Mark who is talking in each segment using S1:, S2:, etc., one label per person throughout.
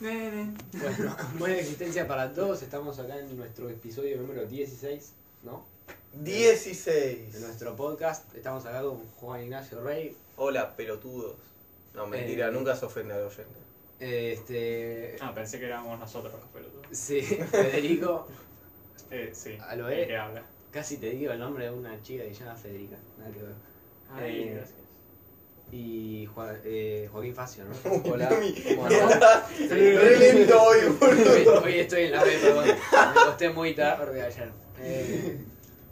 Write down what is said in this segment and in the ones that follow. S1: Bueno, buena existencia para todos. Estamos acá en nuestro episodio número 16, ¿no?
S2: 16.
S1: De nuestro podcast. Estamos acá con Juan Ignacio Rey.
S2: Hola, pelotudos. No, mentira,
S1: Eh.
S2: nunca se ofende al oyente.
S1: Este.
S3: Ah, pensé que éramos nosotros los pelotudos.
S1: Sí, Federico.
S3: Eh, sí.
S1: A lo
S3: el
S1: eh.
S3: que habla.
S1: Casi te digo el nombre de una chica que se llama Federica. Nada que ver.
S3: Ay,
S1: Eh,
S3: gracias.
S1: Y Juan- eh, Joaquín Facio, ¿no?
S2: Hola. Re
S1: Hoy
S2: lento hoy, boludo.
S1: hoy estoy en la B, perdón. Me acosté muy tarde ayer. Eh,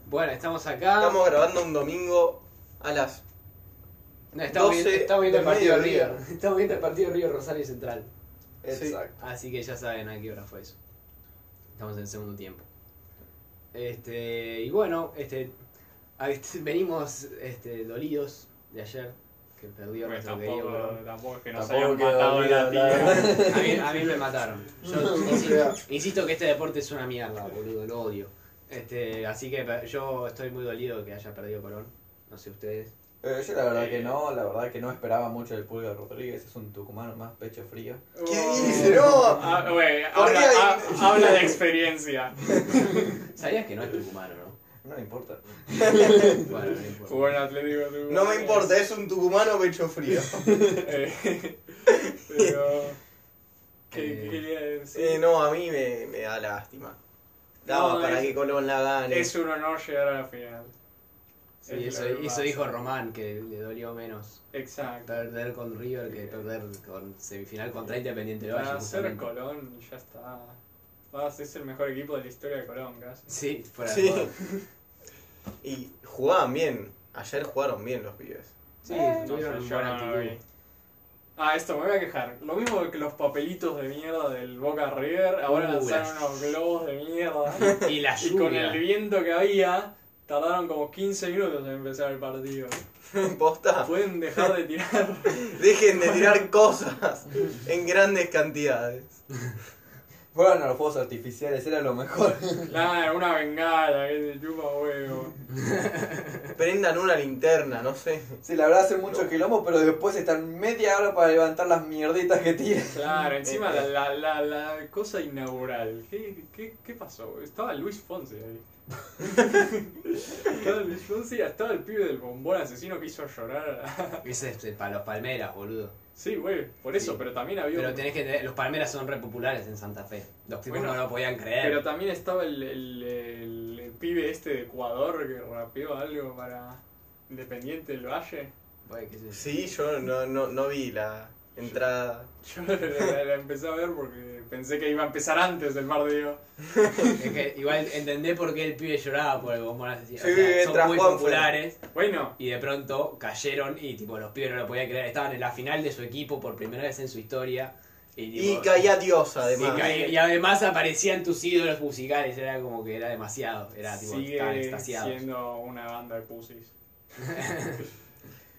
S1: bueno, estamos acá.
S2: Estamos grabando un domingo a las.
S1: No, estamos,
S2: 12
S1: viendo, estamos viendo el
S2: del
S1: partido de
S2: mediodía.
S1: River. Estamos viendo el partido de River Rosario Central.
S2: Exacto.
S1: Así que ya saben a qué hora fue eso. Estamos en segundo tiempo. Este, y bueno, este, a- este, venimos este, dolidos de ayer, que perdió
S3: Bueno,
S1: nuestro
S3: tampoco,
S1: querido.
S3: tampoco es que nos
S2: Tampoco
S3: hayan
S2: quedó
S3: matado
S2: bien
S3: la tía.
S1: A mí, a mí me mataron. Yo
S2: O
S1: insisto,
S2: sea.
S1: insisto que este deporte es una mierda, boludo, lo odio. Este, así que pe- yo estoy muy dolido que haya perdido Colón. No sé ustedes.
S4: Eh, yo la verdad que no, la verdad que no esperaba mucho del Pulga Rodríguez, es un tucumano más pecho frío.
S2: ¿Qué dice? No.
S3: Ah, güey,
S2: Por
S3: habla,
S2: ahí-
S3: ha- habla de experiencia.
S1: ¿Sabías que no es tucumano, no?
S4: No me importa.
S1: Bueno, no importa.
S3: Jugó en Atlético Tucumán.
S2: No me importa, es un tucumano pecho frío.
S3: Eh, pero. ¿Qué
S1: Eh.
S3: quería decir?
S2: Eh, no, a mí me, me da lástima. Daba
S3: No,
S2: para
S3: es-
S2: que Colón la gane.
S3: Es un honor llegar a la final.
S1: Sí,
S3: Es
S1: eso,
S3: lo que
S1: eso
S3: pasa.
S1: dijo Román, que le dolió menos
S3: Exacto.
S1: perder con River que perder con semifinal contra Independiente del Valle.
S3: Para ser
S1: justamente.
S3: Colón, ya está. Vas, es el mejor equipo de la historia de Colón, casi.
S1: Sí, fuera de
S2: Sí.
S1: joda.
S2: Y jugaban bien. Ayer jugaron bien los pibes.
S1: Sí,
S3: Eh,
S1: tuvieron
S3: no sé, yo
S1: buena
S3: no lo
S1: actitud.
S3: vi. Ah, esto me voy a quejar. Lo mismo que los papelitos de mierda del Boca River, ahora
S1: Uh,
S3: lanzaron
S1: la-
S3: unos globos de mierda.
S1: Y la
S3: y con el
S1: lluvia.
S3: viento que había, tardaron como 15 minutos en empezar el partido.
S1: Ah.
S2: Posta.
S3: Pueden dejar de tirar.
S2: Dejen de tirar cosas en grandes cantidades.
S4: Fueron a los fuegos artificiales, era lo mejor.
S3: Claro, una bengala que se chupa huevo.
S2: Prendan una linterna, no sé.
S4: Sí, la verdad hacen mucho quilombo, pero después están media hora para levantar las mierditas que tiran.
S3: Claro, encima la, la, la, la cosa inaugural. ¿Qué, qué, qué pasó? Estaba Luis Fonsi ahí. estaba Luis Fonsi, estaba el pibe del bombón asesino que hizo llorar. a-
S1: Ese es para los Palmeras, boludo.
S3: sí, güey, por eso,
S1: Sí.
S3: pero también había.
S1: Pero
S3: un-
S1: tenés que tener- los Palmeras son re populares en Santa Fe. Los tipos
S3: Bueno,
S1: no lo podían
S3: pero
S1: creer.
S3: también estaba el, el, el- el pibe este de Ecuador que rapeó algo para Independiente del Valle.
S1: Bueno, Pues, qué sé yo.
S2: Sí, yo no, no, no vi la entrada.
S3: Yo la, la- la empecé a ver porque pensé que iba a empezar antes el partido.
S1: Es que igual entendé por qué el pibe lloraba por el bombón asesino. O
S2: Sí,
S1: sea,
S2: mientras
S1: son muy
S2: Juan
S1: populares
S3: Bueno,
S1: y de pronto cayeron y tipo los pibes no lo podían creer. Estaban en la final de su equipo por primera vez en su historia. Y,
S2: Y
S1: tipo,
S2: caía Dios, además.
S1: Sí, ca- y además aparecían tus ídolos musicales, era como que era demasiado, era tipo, estaban
S3: sigue
S1: extasiados.
S3: siendo una banda de pussies.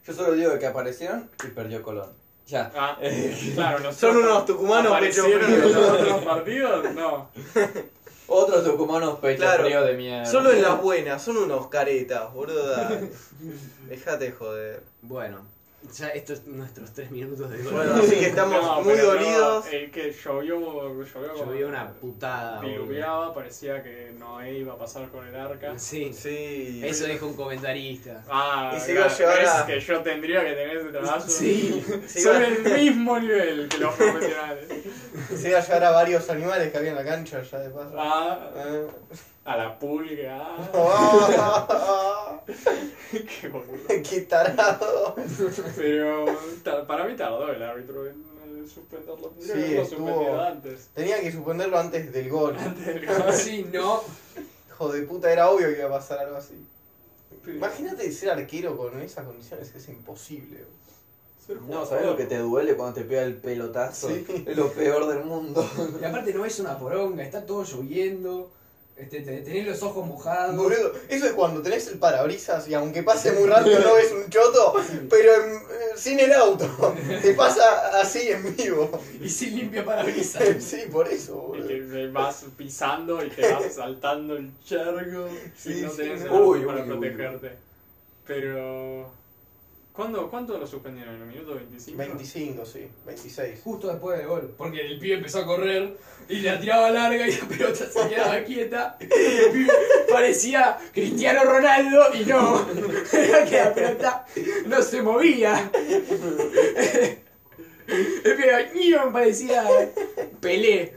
S4: Yo solo digo que aparecieron y perdió Colón. Ya.
S3: Ah, claro, nosotros
S2: Son unos tucumanos pecho
S3: aparecieron
S2: frío.
S3: en los otros partidos, no.
S4: Otros tucumanos pecho
S2: Claro.
S4: frío de mierda.
S2: Solo en las buenas, son unos caretas, boludo. dale. Dejate de joder.
S1: Bueno, ya estos son nuestros tres minutos de gol.
S2: Bueno, así que estamos
S3: No,
S2: muy
S3: pero no, eh.
S2: dolidos.
S3: el que llovió, llovió como-
S1: Llovió una putada. boludo.
S3: Diluviaba, parecía que Noé iba a pasar con el arca.
S1: Sí,
S2: Sí.
S1: eso dijo un comentarista.
S3: Ah,
S2: Y se iba a
S3: gra-
S2: llevar
S3: ¿ves
S2: a-
S3: que yo tendría que tener ese trabajo.
S1: Sí,
S2: Se
S3: Son
S2: iba,
S3: el mismo nivel que los profesionales.
S2: se iba a llevar a varios animales que había en la cancha, ya de paso.
S3: Ah,
S2: Eh.
S3: a la pulga. ah.
S2: Oh,
S3: Qué boludo.
S2: ¡Qué tarado!
S3: Pero ta- para mí tardó el árbitro en eh, suspenderlo. Tendría
S2: Sí,
S3: que haberlo
S2: estuvo-
S3: suspendido antes.
S2: Tenía que suspenderlo antes del gol.
S3: Antes del gol.
S1: sí, no.
S2: Hijo de puta, era obvio que iba a pasar algo así.
S3: Sí.
S2: Imagínate ser arquero con esas condiciones, es imposible.
S3: Ser
S4: No,
S3: jugador.
S4: ¿sabes lo que te duele cuando te pega el pelotazo?
S2: Sí.
S4: Es lo peor del mundo.
S5: Y aparte no es una poronga, está todo lloviendo, este, te- tenés los ojos mojados.
S2: Boludo, eso es cuando tenés el parabrisas y aunque pase muy rápido no ves un choto, pero en- eh, sin el auto. Te pasa así en vivo.
S5: Y sin limpia parabrisas.
S2: Sí, por eso,
S3: Y
S2: boludo.
S3: que vas pisando y te vas saltando el charco.
S2: Sí,
S3: y no
S2: sí,
S3: tenés
S2: sí.
S3: el arco
S4: Uy,
S3: para
S4: uy, uy, uy.
S3: protegerte. Pero. ¿Cuándo, ¿Cuánto lo suspendieron? ¿En el minuto 25?
S2: 25, sí. 26.
S1: Justo después del gol. Porque el pibe empezó a correr y la tiraba larga y la pelota se quedaba quieta. Y el pibe parecía Cristiano Ronaldo y no. Era que la pelota no se movía. El pibe ño, parecía Pelé.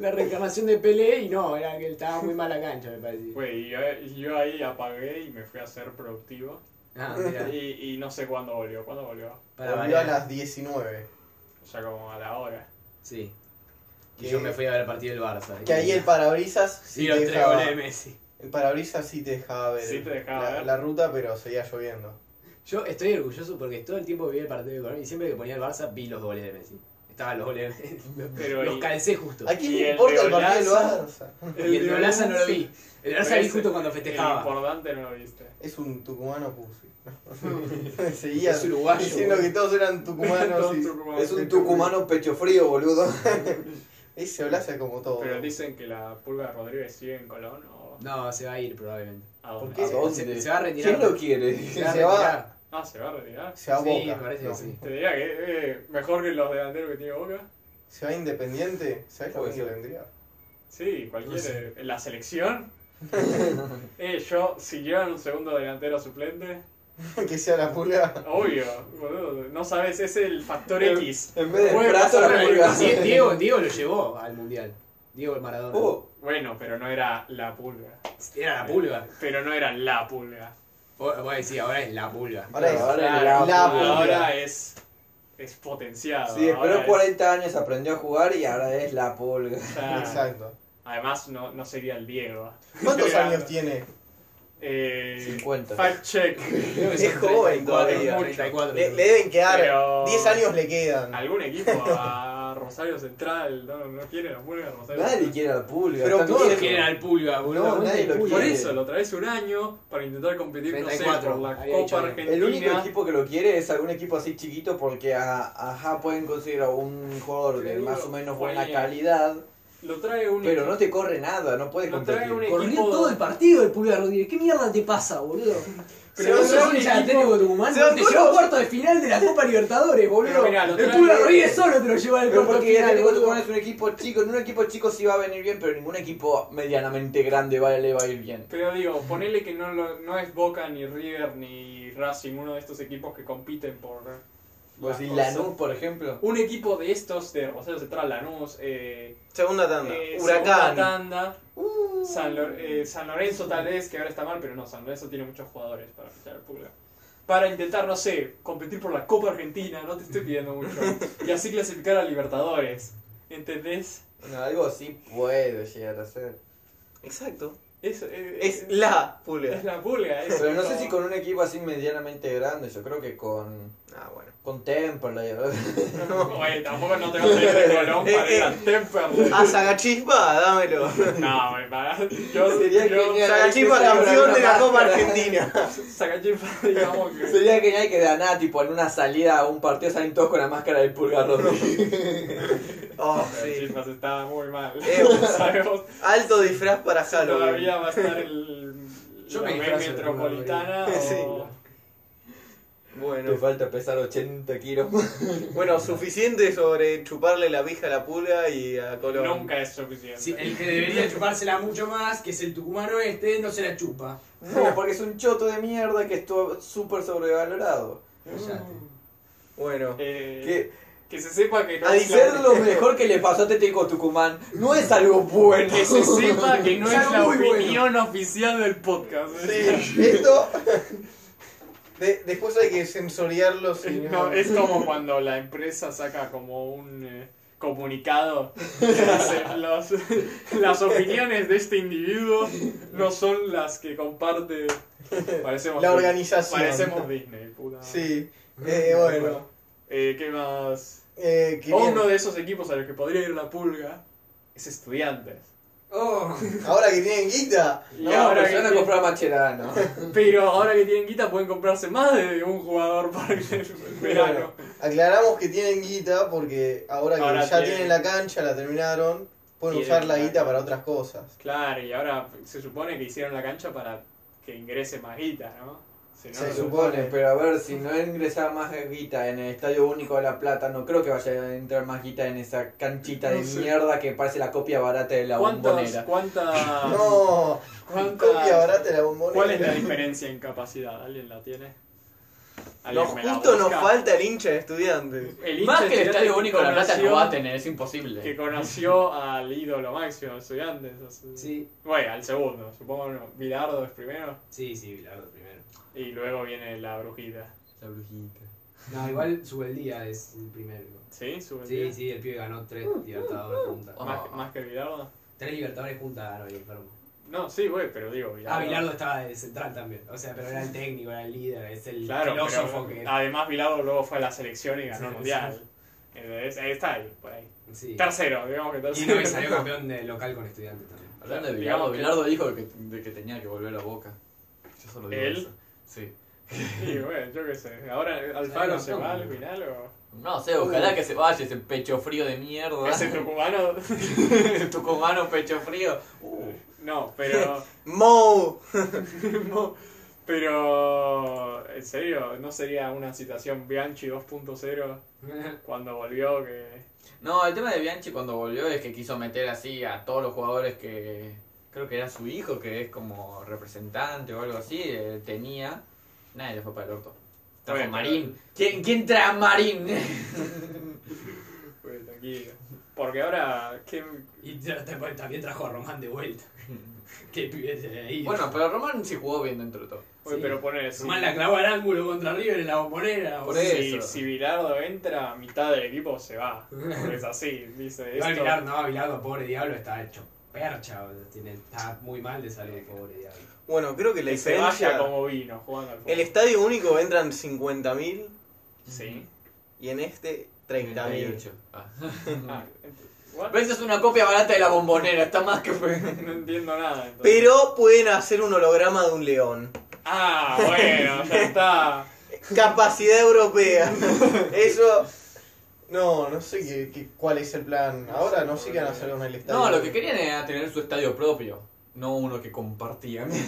S1: La reencarnación de Pelé y no, era que él estaba muy mala cancha, me parecía.
S3: Güey, y yo, y yo ahí apagué y me fui a ser productivo.
S6: Ah, mira,
S3: Y, y no sé cuándo volvió. ¿Cuándo volvió?
S6: para
S2: Volvió a
S6: variar.
S2: las 19.
S3: O sea, como a la hora.
S6: Sí. Y
S2: Que-
S6: yo me fui a ver el partido del Barça.
S2: Que ahí el parabrisas
S6: Sí,
S2: sí
S6: los
S2: te
S6: tres goles
S2: dejaba.
S6: de Messi.
S2: El parabrisas sí te dejaba ver,
S3: Sí te dejaba
S2: la,
S3: ver.
S2: la ruta, pero seguía lloviendo.
S6: Yo estoy orgulloso porque todo el tiempo que vi el partido de Colombia y siempre que ponía el Barça vi los goles de Messi. Estaban los goles de Messi.
S3: Pero
S6: los
S3: y-
S6: calcé justo.
S2: ¿A quién
S3: Y
S2: le
S3: el
S2: importa
S3: de
S2: el partido del
S3: Olaza.
S2: Barça?
S6: Y el de Olaza no lo vi. El Olaza vi
S3: Ese-
S6: justo cuando
S3: El
S6: festejaba.
S3: importante no lo viste.
S2: Es un tucumano pussy. Seguía
S6: Es uruguayo,
S2: diciendo
S6: boludo.
S2: que todos eran
S6: Ah,
S2: tucumanos.
S3: Todos
S2: y-
S3: tucumanos.
S7: Es un tucumano pecho frío, boludo.
S2: Ese Olaza como todo.
S3: Pero dicen que la pulga de Rodríguez sigue en Colón o
S6: No, se va a ir probablemente.
S3: a
S2: ¿Por
S3: dónde.
S2: qué?
S3: ¿A dónde?
S6: Se, se va a retirar.
S7: ¿Quién lo quiere?
S6: Se va a
S2: Se va.
S6: retirar.
S3: Ah, se va a retirar.
S2: Se va a
S6: Sí,
S2: Boca.
S6: me parece
S2: No.
S6: que sí.
S3: Te diría que eh, mejor que los delanteros que tiene Boca.
S2: Se va a Independiente. ¿Sabes
S7: Puede
S2: también que
S7: ser.
S2: vendría?
S3: Sí, cualquier. eh, La selección. eh, yo, si llevan un segundo delantero suplente,
S2: que sea la pulga.
S3: obvio, boludo. No sabes, es el factor
S7: Eh.
S3: X.
S7: En vez de
S3: Bueno,
S7: brazo,
S3: pasar
S7: la
S3: por el
S7: pulga.
S6: Sí, Diego, Diego lo llevó al mundial. Diego el Maradona.
S7: Oh,
S3: Bueno, pero no era la pulga.
S6: Era la pulga.
S3: Pero no era la pulga.
S6: Vos vos decís, ahora es la pulga.
S2: Ahora es.
S7: ahora
S2: la
S7: pulga.
S2: pulga.
S3: Ahora es. Es potenciado.
S7: Sí,
S3: ahora
S7: esperó
S3: es-
S7: 40 años, aprendió a jugar y ahora es la pulga.
S3: Ah,
S2: Exacto.
S3: Además, no, no sería el Diego.
S2: ¿Cuántos
S3: Era-
S2: años tiene?
S3: Eh,
S7: 50.
S3: Fact check.
S6: Creo que
S2: Es
S6: son
S2: joven
S6: 34,
S2: todavía.
S6: 34.
S2: Le, le deben
S3: Pero-
S2: quedar. 10 años le quedan.
S3: ¿Algún equipo a Rosario Central? No, no quiere la pulga de Rosario
S7: Nadie
S3: Central.
S7: quiere a la pulga.
S2: Pero todos
S7: Están
S6: Todos
S7: viejos.
S6: quieren al pulga, boludo.
S7: No, nadie lo
S6: Pulga.
S3: Por
S7: quiere.
S3: eso, lo traes un año para intentar competir, no sé,
S6: 34,
S3: por la
S6: había dicho
S3: Copa
S6: yo.
S3: Argentina.
S7: El único equipo que lo quiere es algún equipo así chiquito porque a- ajá pueden conseguir a un jugador de más o menos buena
S3: Bueno.
S7: calidad,
S3: Lo trae un
S7: pero no
S3: equipo.
S7: te corre nada, no puede
S3: Lo trae
S7: competir.
S3: un
S1: Corrió
S3: equipo-
S1: todo el partido el Pulga Rodríguez. ¿Qué mierda te pasa, boludo?
S3: Pero
S1: Se va
S3: no
S1: a
S3: es un
S1: un hincha de
S3: equipo-
S1: Atlético Tucumán.
S6: se van
S1: Te
S6: todos
S1: llevó
S6: los-
S1: a cuarto de final de la Copa Libertadores, boludo.
S3: Pero mirá, lo
S1: el
S3: trae-
S1: Pulga Rodríguez solo te lo lleva al
S7: Pero
S1: cuarto de
S7: porque el
S1: final.
S7: Atlético
S1: boludo.
S7: Tucumán es un equipo chico, en un equipo chico sí va a venir bien, pero ningún equipo medianamente grande va, le va a ir bien.
S3: Pero digo, ponele que no, lo- no es Boca, ni River, ni Racing, uno de estos equipos que compiten por...
S7: Vos decís
S3: las
S7: Lanús,
S3: cosas.
S7: por ejemplo.
S3: Un equipo de estos, de Rosario Central, Lanús, eh,
S2: Segunda tanda.
S3: eh, segunda
S2: Huracán. Uh.
S3: Tanda, San, Lo- eh, San Lorenzo tal vez, que ahora está mal, pero no, San Lorenzo tiene muchos jugadores para fichar al Pulga. Para intentar, no sé, competir por la Copa Argentina, no te estoy pidiendo mucho. Y así clasificar a Libertadores. ¿Entendés?
S7: Bueno, algo así puede llegar a ser.
S2: Exacto.
S3: Es, eh,
S2: Es la pulga.
S3: es la pulga. es
S7: Pero no sé
S3: como-
S7: si con un equipo así medianamente grande, yo creo que con,
S2: Ah, bueno.
S7: con Temperley. ¿verdad?
S3: Güey, tampoco no te vas a ir de Colón para ir a Temperley.
S2: A Sagachispa, Ah, dámelo.
S3: No, güey, para. Yo,
S7: Sería
S3: yo
S7: genial.
S2: Sagachispa
S7: Ahí está,
S2: campeón
S7: ahí
S2: de la
S7: está.
S2: Copa Argentina.
S3: Sacachipa, digamos que.
S7: Sería genial que de la nada, tipo, en una salida a un partido salen todos con la máscara del Pulga Rodríguez.
S2: Oh, sí.
S3: Sacachipas está muy mal.
S2: Eh,
S3: Sabemos.
S2: Alto disfraz para
S3: Todavía
S2: Halloween.
S3: va a estar el.
S6: Yo
S3: la
S6: me
S3: B
S6: disfrazo de
S3: metropolitana.
S2: Pulga
S3: O...
S7: Te
S2: Bueno,
S7: falta pesar 80 kilos más.
S2: bueno, suficiente sobre chuparle la pija a la pulga y a Colón.
S3: Nunca es suficiente.
S1: Sí, el que debería chupársela mucho más, que es el tucumano este, no se la chupa.
S7: No, porque es un choto de mierda que estuvo súper sobrevalorado.
S1: Cállate.
S2: Bueno,
S3: Eh,
S7: Que,
S3: que se sepa que no
S7: al
S3: es
S7: ser
S3: la,
S7: lo mejor que le pasó a Teteco Tucumán, no es algo bueno.
S3: que se sepa que no
S1: Es
S3: es
S1: algo
S3: la
S1: muy bueno.
S3: opinión oficial del podcast.
S2: sí, esto. de- después hay que sensoriarlo. si
S3: No, es como cuando la empresa saca como un eh, comunicado. Dice, los- las opiniones de este individuo no son las que comparte. Parecemos
S2: La organización.
S3: Parecemos Disney, puta.
S2: Sí, eh, bueno.
S3: Eh, ¿Qué más?
S2: Eh, qué
S3: O
S2: bien.
S3: uno de esos equipos a los que podría ir la pulga es estudiantes.
S1: Oh,
S2: Ahora que tienen guita.
S3: Y
S7: No,
S3: ahora
S7: pero
S3: que
S7: se van a
S3: tienen-
S7: comprar Macherano.
S3: pero ahora que tienen guita pueden comprarse más de un jugador para el verano.
S2: Aclaramos que tienen guita porque ahora que
S3: Ahora
S2: ya
S3: tienen.
S2: tienen la cancha, la terminaron, pueden
S3: Tienen
S2: usar la
S3: la
S2: guita
S3: cancha.
S2: para otras cosas.
S3: Claro, y ahora se supone que hicieron la cancha para que ingrese más guita, ¿no? Si no,
S2: Se
S4: Se
S3: no-
S4: supone, pero a ver, si no ingresa más guita en el Estadio Único de La Plata, no creo que vaya a entrar más guita en esa canchita de
S3: No sé.
S4: mierda que parece la copia barata de la
S3: ¿Cuántas,
S4: bombonera.
S3: cuántas,
S2: No, copia
S3: cuántas,
S2: barata de la bombonera.
S3: Ah, ¿Cuál es la diferencia en capacidad? ¿Alguien la tiene?
S8: Lo
S3: ¿Alguien me la
S8: justo nos
S3: busca?
S8: falta el hincha de estudiantes.
S3: El hincha
S7: Más que el
S3: estudiante
S7: Estadio Único de La Plata no
S3: conoció-
S7: va a tener, es imposible.
S3: Que conoció al ídolo máximo de estudiantes. o sea,
S1: Sí,
S3: Bueno, al segundo, supongo. ¿no? Bilardo es primero
S1: sí, sí, Bilardo primero.
S3: y luego viene la brujita.
S7: La brujita.
S1: No, igual Subeldía es el primero.
S3: ¿Sí? Sube el
S1: Sí,
S3: día.
S1: sí, el pibe ganó tres libertadores juntas.
S7: Ah.
S3: Más, más que Bilardo.
S1: Tres libertadores juntas ganó el enfermo.
S3: No, sí, güey, pero digo, Bilardo.
S1: Ah, Bilardo estaba de central también. O sea, pero era el técnico, era el líder, es el
S3: Claro,
S1: filósofo
S3: pero
S1: que.
S3: además Bilardo luego fue a la selección y ganó
S1: Sí,
S3: el mundial. Entonces, ahí está ahí, por ahí.
S1: Sí.
S3: Tercero, digamos que
S1: Y
S3: tercero.
S1: no, y salió campeón de local con estudiantes también.
S7: Hablando de
S3: Digamos
S7: Bilardo,
S3: que-
S7: Bilardo dijo de que, de que tenía que volver a Boca. Yo solo digo
S3: ¿Él?
S7: eso. Sí.
S3: Sí, güey, yo qué sé. Ahora Alfaro se va al final o.
S7: No sé, ojalá que se vaya ese pecho frío de mierda.
S3: Ese tucumano.
S7: Ese tucumano pecho frío.
S3: No, pero.
S8: Mo.
S3: No, pero. En serio, ¿no sería una situación Bianchi 2.0 cuando volvió que.
S7: No, el tema de Bianchi cuando volvió es que quiso meter así a todos los jugadores que creo que era su hijo, que es como representante o algo así, eh, tenía. Nadie le fue para el orto. Trajo
S3: Bueno, pero-
S7: Marín. ¿Quién, ¿Quién trae a Marín?
S3: Pues, tranquilo. Porque ahora. ¿qué-
S1: Y tra- tra- también trajo a Román de vuelta. Qué pibe de ahí.
S7: bueno, pero Román sí jugó bien dentro de todo.
S3: Uy,
S1: Sí.
S3: pero poner si,
S1: Román la clavó al ángulo contra River en la bombonera.
S7: Por
S1: o sea,
S3: si,
S7: eso.
S3: si Bilardo entra, mitad del equipo se va. Porque es así, dice
S1: Igual
S3: esto.
S1: Bilardo, no, Bilardo, pobre diablo, está hecho percha. o sea, tiene- Está muy mal de salud, pobre diablo.
S8: Bueno, creo que la
S3: Que se vaya
S8: diferencia.
S3: como vino, jugando al fútbol.
S8: El estadio único entran 50.000
S3: Sí.
S8: y en este 30.000.
S7: Ah.
S3: Ah, ent- what?
S7: Pero esa es una copia barata de la bombonera, está más que fue.
S3: No entiendo nada. entonces.
S8: Pero pueden hacer un holograma de un león.
S3: Ah, bueno, ya está.
S8: Capacidad europea.
S2: Eso. No, no sé qué, qué- cuál es el plan. Ahora no sé qué van a hacer con el estadio.
S7: No, lo que querían era tener su estadio propio, no uno que compartían. Si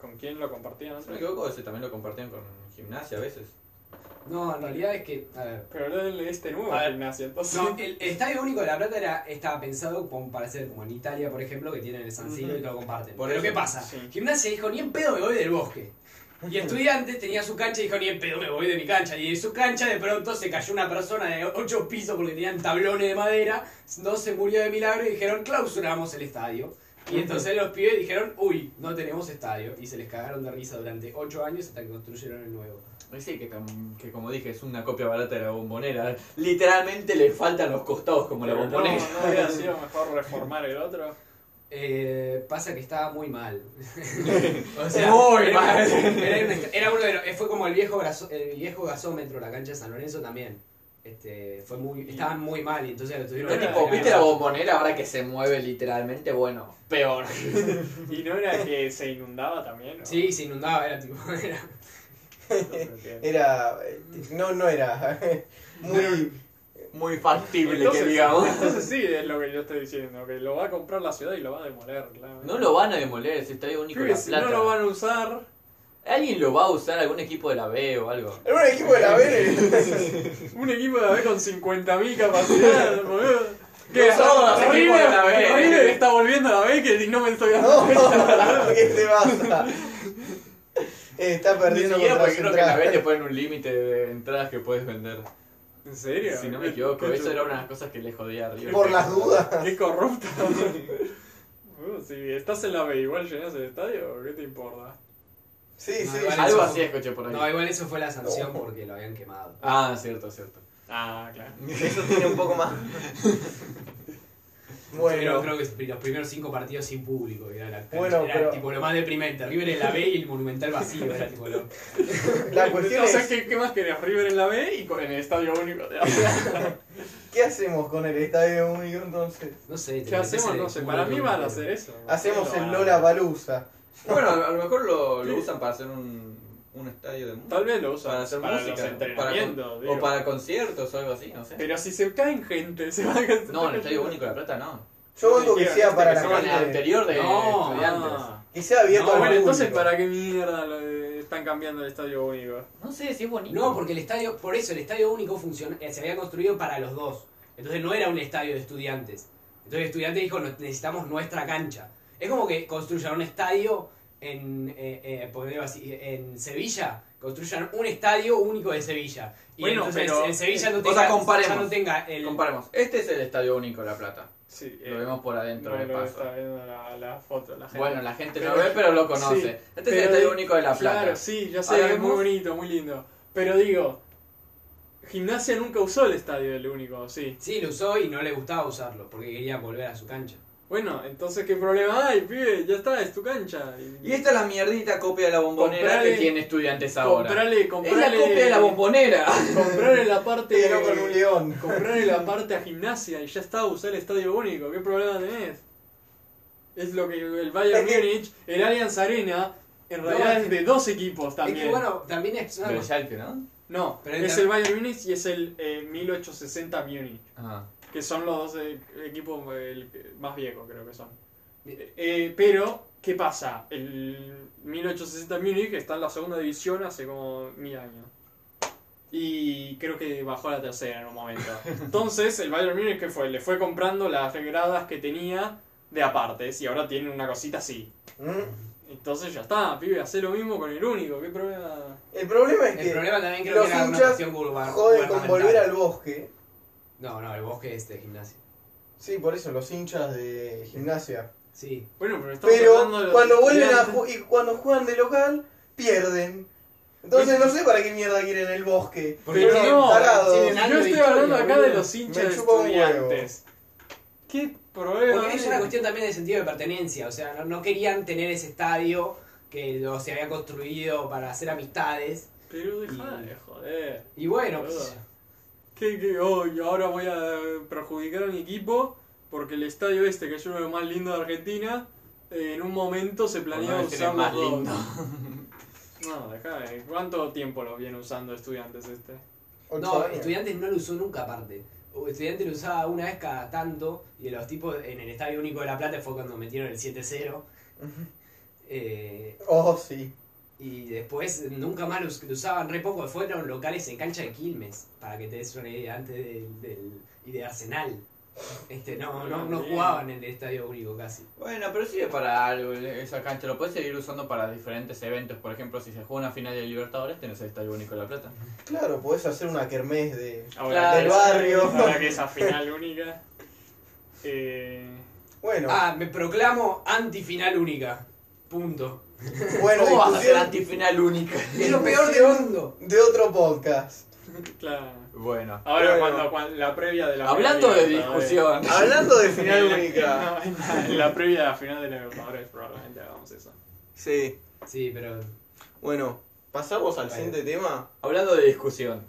S3: ¿Con quién lo compartían?
S7: no me equivoco, ese también lo compartían con gimnasia a veces.
S1: No, en realidad es que. A ver.
S3: Pero no leíste nuevo
S1: A ver.
S3: gimnasia, entonces.
S1: No, el Estadio Único de La Plata era, estaba pensado como para ser como en Italia, por ejemplo, que tienen el San Siro y que lo comparten.
S7: Por
S1: Pero
S7: eso,
S1: ¿qué pasa?
S3: sí.
S1: Gimnasia dijo, ni en pedo me voy del bosque. Y estudiante tenía su cancha y dijo, ni en pedo me voy de mi cancha. Y de su cancha de pronto se cayó una persona de ocho pisos porque tenían tablones de madera, no se murió de milagro y dijeron, clausuramos el estadio. Y entonces los pibes dijeron, uy, no tenemos estadio. Y se les cagaron de risa durante ocho años hasta que construyeron el nuevo.
S7: Y Pues Sí, que, tam- que como dije, es una copia barata de la bombonera. Literalmente le faltan los costados como la
S3: Pero no,
S7: bombonera.
S3: ¿No hubiera sido mejor reformar el otro?
S1: Eh, pasa que estaba muy mal. o
S7: Muy
S1: era,
S7: mal.
S1: Era, un- era uno de los- eh, fue como el viejo, graso- el viejo gasómetro, la cancha de San Lorenzo también. Este, fue muy, estaban muy mal y entonces lo tuvieron
S7: Pero
S1: que
S7: tipo,
S1: arreglar.
S7: ¿viste la bombonera ahora que se mueve literalmente? Bueno, peor.
S3: ¿Y no era que se inundaba también? ¿no?
S1: Sí, se inundaba, era tipo. Era,
S3: Entonces,
S2: Era. eh, No, no era. Muy.
S7: Muy factible que digamos.
S3: entonces sí es lo que yo estoy diciendo, que lo va a comprar la ciudad y lo va a demoler. claramente.
S7: No lo van a demoler, ese estadio único de
S3: Pibes,
S7: la
S3: si
S7: plata.
S3: no lo van a usar.
S7: Alguien lo va a usar, algún equipo de la B o algo.
S2: Era un equipo de la B. eh.
S3: Un equipo de AVE con 50.000 capacidad, boludo. Que
S7: No somos los
S3: River-
S7: equipos de la B.
S3: River está volviendo a la B que no me estoy dando
S2: No,
S3: cuenta.
S2: ¿qué te pasa? Eh, Está
S7: Ni
S2: perdiendo
S7: siquiera
S2: contra
S7: porque creo que en la B
S2: Central.
S7: te ponen un límite de entradas que puedes vender.
S3: ¿En serio? Eh,
S7: Si no me equivoco, eso era una de las cosas que le jodía a River.
S2: Por las dudas.
S3: Qué corrupto. Uh, si estás en la B, igual llenas el estadio, ¿qué te importa?
S2: Sí,
S1: No,
S2: sí.
S1: igual eso-
S7: Algo así escuché por ahí.
S1: No, igual eso fue la sanción porque lo habían quemado.
S7: Ah, cierto, cierto.
S3: Ah, claro.
S8: Eso tiene un poco más.
S1: Pero
S2: Bueno.
S1: creo que los primeros cinco partidos sin público, era, la cancha,
S2: Bueno,
S1: era
S2: pero-
S1: tipo lo más deprimente. River en la B y el Monumental vacío, era tipo lo-
S2: La cuestión
S3: o sea,
S2: es,
S3: ¿qué, qué más querías? River en la B y con- en el estadio único. de la B.
S2: ¿qué hacemos con el estadio único entonces?
S1: No sé, te
S3: ¿Qué hacemos?
S1: metes en-
S3: No sé, para mí van a hacer eso.
S2: Hacemos el
S3: No,
S2: Lola Balusa.
S4: Bueno, a lo mejor lo, lo
S3: Sí.
S4: usan para hacer un, un estadio de música.
S3: Tal vez lo usan
S4: Para hacer
S3: los
S4: música.
S3: entrenamientos.
S4: para con-
S3: digo.
S4: o para conciertos o algo así, no sé.
S3: Pero si se caen gente, se van a caer.
S7: No, en el Estadio Único de La Plata no.
S2: Yo vengo que sea para la
S7: No, en el
S2: gente.
S7: anterior de
S1: No,
S7: estudiantes.
S3: Ah.
S2: Que sea abierto
S3: No,
S2: al
S3: bueno, entonces
S2: público.
S3: para qué mierda lo de están cambiando el estadio único.
S7: No sé si es bonito.
S1: No, porque el estadio, por eso el estadio único funciona, eh, se había construido para los dos. Entonces no era un estadio de estudiantes. Entonces el estudiante dijo, "No- necesitamos nuestra cancha. Es como que construyan un estadio en, eh, eh, podría decir, en Sevilla, construyan un estadio único de Sevilla. Y
S7: Bueno,
S1: entonces
S7: pero-
S1: en Sevilla no
S7: o
S1: tenga,
S7: sea, comparemos.
S1: ya no tenga el...
S7: Comparemos. Este es el Estadio Único de La Plata.
S3: Sí, eh,
S7: Lo vemos por adentro
S3: no
S7: de
S3: lo
S7: paso.
S3: está viendo la, la foto, la gente.
S7: Bueno, la gente
S3: Pero-
S7: lo ve, pero lo conoce.
S3: sí,
S7: este es el
S3: pero-
S7: Estadio Único de La Plata.
S3: Claro, sí, ya sé,
S7: Ahora
S3: es muy
S7: vemos-
S3: bonito, muy lindo. Pero digo, Gimnasia nunca usó el estadio del único, sí.
S1: Sí, lo usó y no le gustaba usarlo, porque quería volver a su cancha.
S3: Bueno, entonces, ¿qué problema hay, pibe? Ya está, es tu cancha.
S4: Y esta es la mierdita copia de la bombonera
S3: Comprale-
S4: que tiene estudiantes ahora.
S3: comprale,
S4: Es la
S3: comprale,
S4: copia de la bombonera.
S3: comprale la parte.
S2: Pero con un león.
S3: Comprarle la parte a gimnasia y ya está, usar el estadio único, ¿qué problema tenés? Es lo que el Bayern
S2: Es que-
S3: Múnich, el Allianz Arena, en
S1: No,
S3: realidad
S1: es
S3: es de dos equipos también.
S1: Es que bueno, también es una
S7: Del
S1: cuestión-
S7: Schalke, ¿no?
S3: no,
S1: pero
S3: es
S1: el-
S3: el Bayern Múnich y es el eh, 1860 Múnich,
S7: Ah.
S3: que son los dos eh, equipos eh, el que- más viejos creo que son. Eh, pero, ¿qué pasa? El 1860 Múnich está en la segunda división hace como mil años. Y creo que bajó a la tercera en un momento. Entonces, el Bayern Múnich, ¿qué fue? Le fue comprando las gradas que tenía de apartes y ahora tiene una cosita así.
S2: Mm.
S3: Entonces ya está, pibe, hace lo mismo con el único, qué problema.
S2: El problema es
S1: El
S2: que
S1: problema también creo
S2: los
S1: que era una
S2: hinchas
S1: cuestión gubernamental.
S2: joden con volver al bosque.
S1: No, no, el bosque es de gimnasia.
S2: Sí, por eso los hinchas de gimnasia.
S1: Sí.
S3: Bueno, pero estamos
S2: Pero
S3: hablando de los
S2: cuando vuelven a
S3: estudiantes.
S2: ju- y cuando juegan de local, pierden. Entonces no sé para qué mierda quieren el bosque.
S3: Porque
S2: Pero
S3: no,
S2: tarados.
S1: tienen
S3: Yo estoy hablando acá de los hinchas
S2: Me
S3: de
S2: chupa un huevo.
S3: estudiantes. ¿Qué eh. problema?
S1: Porque es
S3: hay?
S1: una cuestión también de sentido de pertenencia. O sea, no, no querían tener ese estadio que lo- se había construido para hacer amistades.
S3: Pero dejá de joder.
S1: Y bueno,
S3: Boludo.
S1: pues,
S3: ¿Qué, qué? Oh, y ahora voy a perjudicar a mi equipo porque el estadio este, que es uno de los más lindos de Argentina, eh, en un momento se
S7: Por
S3: planeaba
S7: no decir el
S3: usar
S7: más
S3: los dos.
S7: lindo.
S3: No, dejá de. ¿Cuánto tiempo lo vienen usando estudiantes este?
S2: Ocho
S1: no,
S2: años.
S1: estudiantes no lo usó nunca aparte. O Estudiantes lo usaba una vez cada tanto. Y los tipos en el Estadio Único de La Plata fue cuando metieron el 7-0. Eh,
S2: Oh, sí.
S1: y después nunca más los lo usaban re poco. Fueron locales en cancha de Quilmes, para que te des una idea, antes del, del- y de Arsenal. Este, no, no, no
S3: Bien.
S1: jugaban en el Estadio Único casi.
S7: Bueno, pero sirve para algo esa cancha. Lo puedes seguir usando para diferentes eventos. Por ejemplo, si se juega una final de Libertadores, tenés el Estadio Único de La Plata.
S2: Claro, podés hacer una kermés de.
S3: Ahora,
S2: Del barrio.
S3: Ahora que esa final única. Eh,
S2: Bueno,
S1: Ah, me proclamo antifinal única. Punto.
S2: bueno,
S7: ¿Cómo vas a ser
S2: discusión
S7: antifinal única?
S1: Es lo peor del mundo.
S2: de otro podcast.
S3: claro.
S7: Bueno.
S3: Ahora,
S2: Bueno.
S3: cuando, cuando- la previa de la
S7: Hablando
S3: previa
S7: de
S3: Libertadores.
S7: discusión.
S8: Hablando de final
S3: En la-
S8: única.
S3: en la- en la previa de la final de la Libertadores probablemente hagamos eso.
S8: Sí.
S1: Sí, pero.
S8: Bueno, pasamos al siguiente tema.
S7: Hablando de discusión.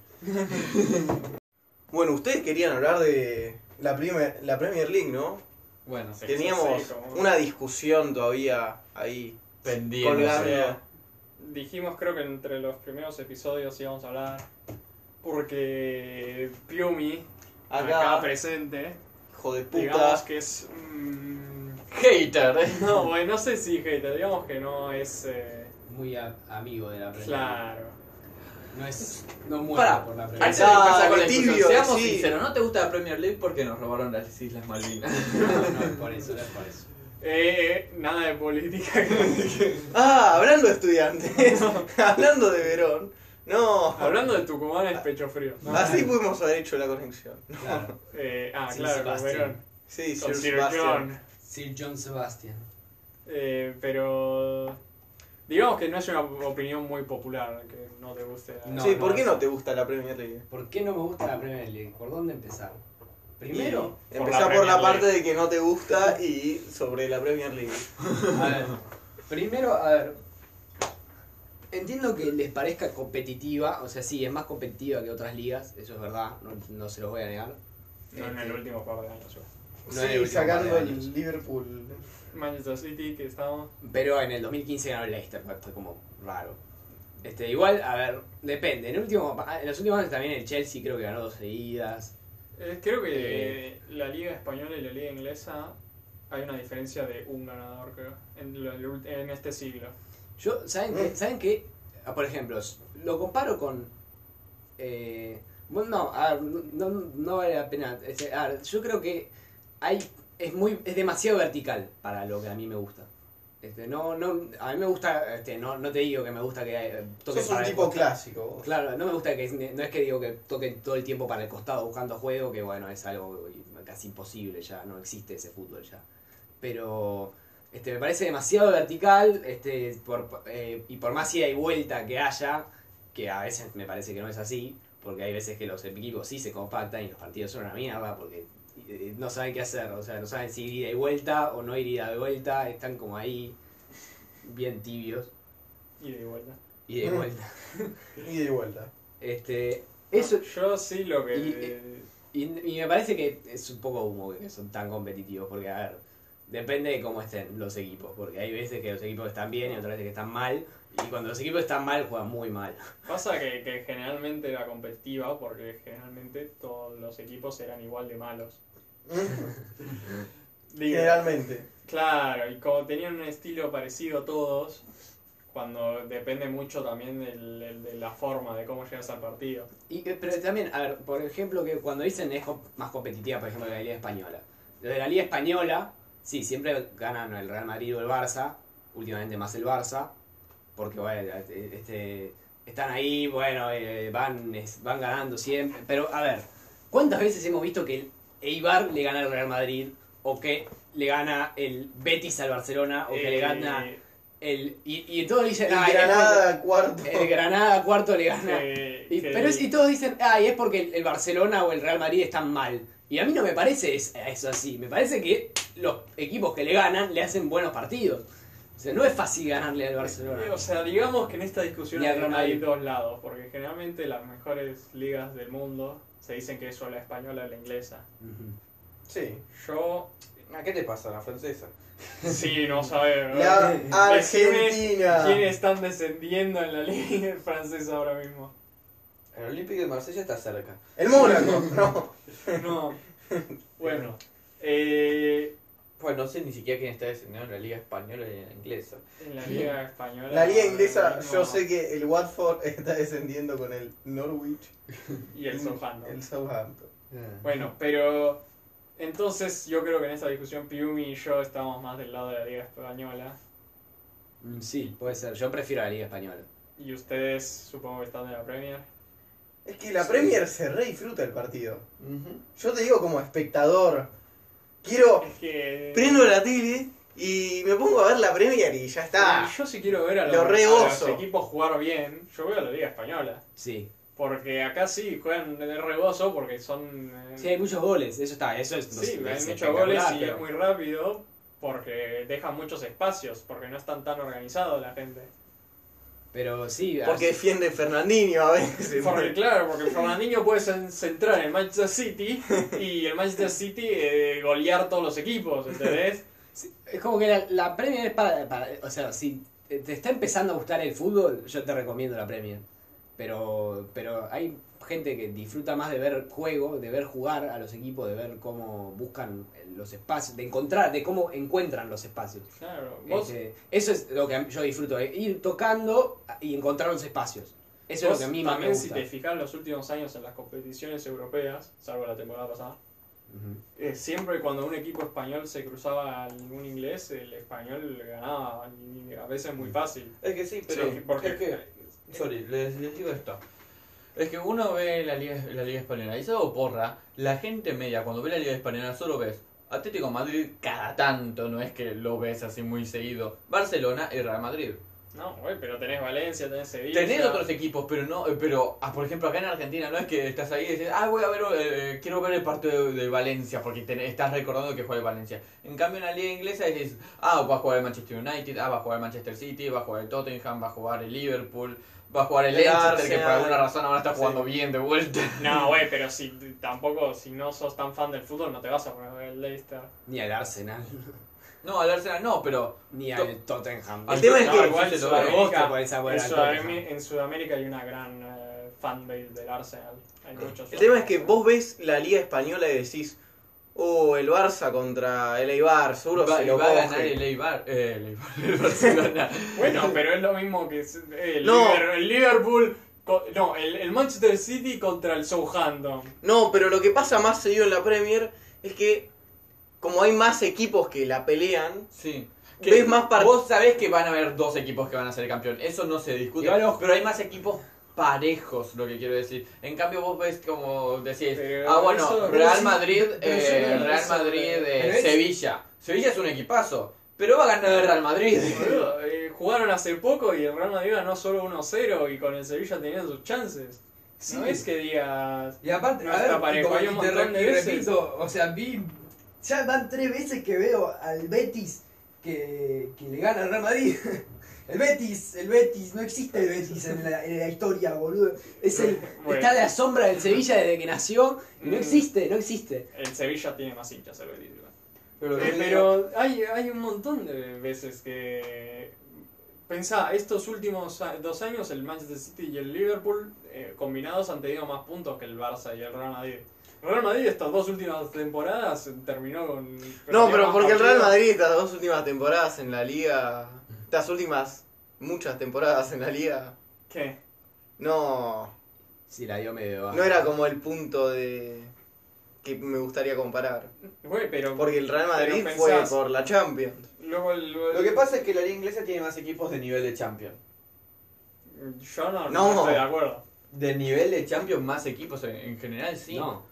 S8: Bueno, ustedes querían hablar de la, primer- la Premier League, ¿no?
S7: Bueno, sí.
S8: Teníamos
S3: sí, como-
S8: una discusión todavía ahí
S7: Pendiente.
S8: colgando.
S3: Dijimos creo que entre los primeros episodios íbamos a hablar porque Piumi, acá,
S8: Acá,
S3: presente,
S8: hijo de
S3: digamos
S8: puta.
S3: que es... mm,
S7: Hater. eh.
S3: no, bueno, no sé si hater, digamos que no es... eh,
S1: Muy a- amigo de la prensa.
S3: claro.
S1: No es. No muero
S7: Pará,
S1: por la prensa.
S7: Antes de empezar con la
S8: tibio,
S7: discusión, seamos
S8: sí.
S7: sinceros, ¿no te gusta la Premier League porque nos robaron las Islas Malvinas?
S1: No, no es por eso, no es por eso.
S3: Eh, eh, nada de política.
S8: Ah, hablando de estudiantes. hablando de Verón. No.
S3: Hablando de Tucumán es pecho frío.
S8: Así pudimos haber hecho la conexión.
S1: Claro.
S3: Eh, ah,
S1: Sí,
S3: claro, con
S1: Sebastián.
S3: Verón.
S8: Sí,
S3: Con
S8: Sir
S3: Sir
S8: Sebastian.
S3: John.
S1: Sir John Sebastian.
S3: Eh, pero digamos que no es una opinión muy popular que no te guste. la-
S1: No,
S8: sí, ¿por qué no te gusta la Premier League?
S1: ¿Por qué no me gusta la Premier League? ¿Por dónde empezar? Primero,
S3: Por la
S8: Empezá por
S3: Premier
S8: la
S3: League.
S8: parte de que no te gusta y sobre la Premier League.
S1: a ver. Primero, a ver. Entiendo que les parezca competitiva, o sea, sí, es más competitiva que otras ligas, eso es verdad, no, no se los voy a negar.
S3: No en el último par de años.
S1: No en el
S2: Sí,
S1: último
S2: sacando
S1: par de años.
S2: el Liverpool.
S3: Manchester City que estábamos.
S1: Pero en el 2015 ganó el Leicester, fue como raro. Este, igual, a ver, depende. En, el último, ah, en los últimos años también el Chelsea creo que ganó dos seguidas.
S3: Eh, creo que la liga española y la liga inglesa hay una diferencia de un ganador creo en, lo- en este siglo.
S2: Mm.
S1: Yo, ¿saben qué? ¿Saben qué? ah, por ejemplo, s- lo comparo con. eh, bueno, no, a ver, no, no- no vale la pena. Este, a ver, yo creo que hay es muy es demasiado vertical para lo que a mí me gusta. Este, no, no, a mí me gusta, este, no, no te digo que me gusta que eh, toquen
S2: Sos un
S1: para el
S2: tipo
S1: costado.
S2: clásico. vos.
S1: Claro, no me gusta que no es que digo que toquen todo el tiempo para el costado buscando juego, que bueno, es algo casi imposible ya, no existe ese fútbol ya. Pero este me parece demasiado vertical, este por, eh, y por más ida y vuelta que haya, que a veces me parece que no es así, porque hay veces que los equipos sí se compactan y los partidos son una mierda porque eh, no saben qué hacer, o sea, no saben si ir ida y vuelta o no ir ida y vuelta, están como ahí bien tibios,
S3: Y de vuelta.
S1: ida y
S2: Mm.
S1: vuelta.
S2: Ida y vuelta.
S1: Este, eso,
S3: Yo sí lo que.
S1: Y- Y, y me parece que es un poco humo que son tan competitivos, porque a ver, depende de cómo estén los equipos, porque hay veces que los equipos están bien y otras veces que están mal, y cuando los equipos están mal juegan muy mal.
S3: Pasa que, que generalmente era competitiva porque generalmente todos los equipos eran igual de malos. Digo,
S2: Generalmente.
S3: claro, y como tenían un estilo parecido todos, cuando depende mucho también del- del- de la forma de cómo llegas al partido.
S1: Y, que- pero también, a ver, por ejemplo, que cuando dicen es com- más competitiva, por ejemplo, que la Liga Española. Los de la Liga Española, sí, siempre ganan el Real Madrid o el Barça, últimamente más el Barça, porque, bueno, este, están ahí, bueno, eh, van, es- van ganando siempre. Pero, a ver, ¿cuántas veces hemos visto que el Eibar le gana al Real Madrid o que le gana el Betis al Barcelona o que le
S3: Eh,
S1: gana el... Y, y Eh, todos Ah, dicen,
S2: El
S1: "Ay, es
S2: Granada Eh. cuarto.
S1: porque El Granada cuarto le gana.
S3: que-
S1: Y-
S3: que-
S1: pero si todos dicen, ay, es porque el, el Barcelona o el Real Madrid están mal. Y a mí no me parece es- eso así. Me parece que los equipos que le ganan le hacen buenos partidos. O sea, no es fácil ganarle al
S3: Eh,
S1: Barcelona.
S3: O sea, digamos que en esta discusión
S1: Y
S3: hay,
S1: al Real Madrid.
S3: hay dos lados, porque generalmente las mejores ligas del mundo se dicen que eso la española o la inglesa.
S1: Ujú.
S2: Sí.
S3: Yo,
S4: ¿A qué te pasa, la francesa?
S3: sí, no sabe.
S2: La
S3: ¿verdad? Decime
S2: Argentina.
S3: ¿Quiénes están descendiendo en la liga francesa ahora mismo?
S4: El Olímpico de Marsella está cerca.
S2: El Mónaco. No.
S3: No. Bueno. eh,
S7: Pues no sé ni siquiera quién está descendiendo en la liga española y en la inglesa.
S3: en la liga española.
S2: La Liga Inglesa,
S3: ahora mismo,
S2: yo sé que el Watford está descendiendo con el Norwich.
S3: Y el Southampton.
S2: El Southampton.
S1: Ah.
S3: Bueno, pero entonces yo creo que en esta discusión Piumi y yo estamos más del lado de la liga española.
S1: Mm, Sí, puede ser. Yo prefiero la Liga Española.
S3: Y ustedes supongo que están de la Premier.
S2: Es que la Premier se re disfruta el partido. Yo te digo como espectador. Quiero.
S3: Es que...
S8: Prendo la tele y me pongo a ver la Premier y ya está.
S3: Yo sí quiero ver a los,
S8: Lo
S3: a
S8: rebozo.
S3: los equipos jugar bien. Yo veo la liga española.
S1: Sí.
S3: Porque acá sí juegan de rebozo porque son... eh,
S1: Sí, hay muchos goles. Eso está. Eso es.
S3: Sí,
S1: no sé, es
S3: hay muchos goles y
S1: espectacular,
S3: es muy rápido porque dejan muchos espacios, porque no están tan organizados la gente.
S1: Pero pero sí. a-
S8: Porque defiende Fernandinho a veces.
S3: Porque claro, porque Fernandinho puede cen- centrar en Manchester City y el Manchester City eh, golear todos los equipos, ¿entendés?
S1: sí, es como que la, la Premier es para, para- O sea, si te te está empezando a gustar el fútbol, yo te recomiendo la Premier. Pero, pero hay gente que disfruta más de ver juego, de ver jugar a los equipos, de ver cómo buscan los espacios, de encontrar, de cómo encuentran los espacios.
S3: Claro, vos,
S1: Este, eso es lo que a mí- yo disfruto, eh, ir tocando y encontrar los espacios. Eso es lo
S3: vos
S1: que a mí más me
S3: también si
S1: gusta.
S3: te fijas los últimos años en las competiciones europeas, salvo la temporada pasada,
S1: Ujú.
S3: eh, siempre cuando un equipo español se cruzaba a algún inglés, el español ganaba, y a veces muy fácil.
S7: Es que sí, pero
S3: Sí, porque
S7: es que Sorry, les, les digo esto. Es que uno ve la Liga, la Liga Española y solo porra, la gente media cuando ve la Liga Española solo ves Atlético de Madrid cada tanto, no es que lo ves así muy seguido. Barcelona y Real Madrid.
S3: No, güey, pero tenés Valencia, tenés Sevilla.
S7: Tenés otros equipos, pero no, eh, pero ah, por ejemplo acá en Argentina no es que estás ahí y dices, ah, voy a ver, eh, quiero ver el partido de, de Valencia, porque te- estás recordando que juega el Valencia. En cambio en la liga inglesa dices, ah, va a jugar el Manchester United, ah, va a jugar el Manchester City, va a jugar el Tottenham, va a jugar el Liverpool, va a jugar el,
S8: El
S7: Leicester, que
S8: Arsenal.
S7: por alguna razón ahora está jugando bien de vuelta.
S3: No, güey, pero si tampoco, si no sos tan fan del fútbol, no te vas a poner a ver el Leicester.
S1: Ni al Arsenal,
S7: No, al Arsenal no, pero
S1: ni al Tottenham.
S7: al
S8: El tema es
S7: Tottenham
S8: que-
S7: igual
S3: igual
S7: se lo
S3: Sudamérica-
S7: ve.
S1: gusta por esa buena
S3: en, Sudam-
S1: Tottenham.
S3: en Sudamérica hay una gran eh, fanbase del Arsenal. Hay muchos.
S8: El tema es que vos ves la Liga Española y decís,
S2: Uh, el Barça contra el Eibar, seguro
S7: Va,
S2: se
S7: y
S2: lo
S7: va a
S2: coge.
S7: ganar el Eibar. Eh, el Eibar, el Barcelona.
S3: Bueno, pero es lo mismo que es- eh, el,
S2: No.
S3: Liver- el Liverpool. co- No, el, el Manchester City contra el Southampton.
S2: No, pero lo que pasa más seguido en la Premier es que como hay más equipos que la pelean,
S7: Sí.
S2: ves más partidos.
S7: Vos sabés que van a haber dos equipos que van a ser campeón. Eso no se discute.
S3: Igual, ojo.
S7: Pero hay más equipos parejos, lo que quiero decir. En cambio, vos ves como decís,
S3: Pero
S7: ah, bueno,
S3: eso-
S7: Real
S3: pero
S7: Madrid,
S3: pero
S7: eh,
S3: eso no es
S7: Real
S3: eso,
S7: Madrid,
S3: pero-
S7: eh,
S3: pero es-
S7: Sevilla. Sevilla es un equipazo, pero va a ganar el Real Madrid.
S3: Boludo, eh, jugaron hace poco y el Real Madrid ganó solo 1-0 y con el Sevilla tenían sus chances.
S5: Sí.
S3: No es que digas.
S5: Y aparte,
S3: No
S5: a
S3: está
S5: ver,
S3: parejo,
S5: como
S3: hay un
S5: te re-
S3: montón de
S5: y
S3: veces.
S5: repito, o sea, vi, ya van tres veces que veo al Betis que, que le gana al Real Madrid. El Betis, el Betis, no existe el Betis en la, en la historia, boludo. Es el,
S3: Bueno.
S5: Está de la sombra del Sevilla desde que nació. y No
S3: Mm.
S5: existe, no existe.
S3: El Sevilla tiene más hinchas el Betis, igual.
S9: Pero,
S3: Eh, pero hay, hay un montón de veces que. Pensá, estos últimos a- dos años el Manchester City y el Liverpool eh, combinados han tenido más puntos que el Barça y el Real Madrid. El Real Madrid estas dos últimas temporadas terminó con...
S2: No, pero
S3: más
S2: porque el Real
S3: partidos.
S2: Madrid estas dos últimas temporadas en la liga, estas últimas muchas temporadas en la liga,
S3: ¿Qué?
S2: no,
S1: Sí, la dio medio
S2: no era como el punto de que me gustaría comparar,
S3: Güey, pero...
S2: porque el Real Madrid
S3: Pero
S2: fue
S3: pensás-
S2: por la Champions.
S3: Luego el...
S9: lo que pasa es que la liga inglesa tiene más equipos de nivel de champion.
S3: Yo no,
S2: No.
S3: no estoy de acuerdo.
S7: De nivel de Champions, más equipos en, en general, sí.
S1: No,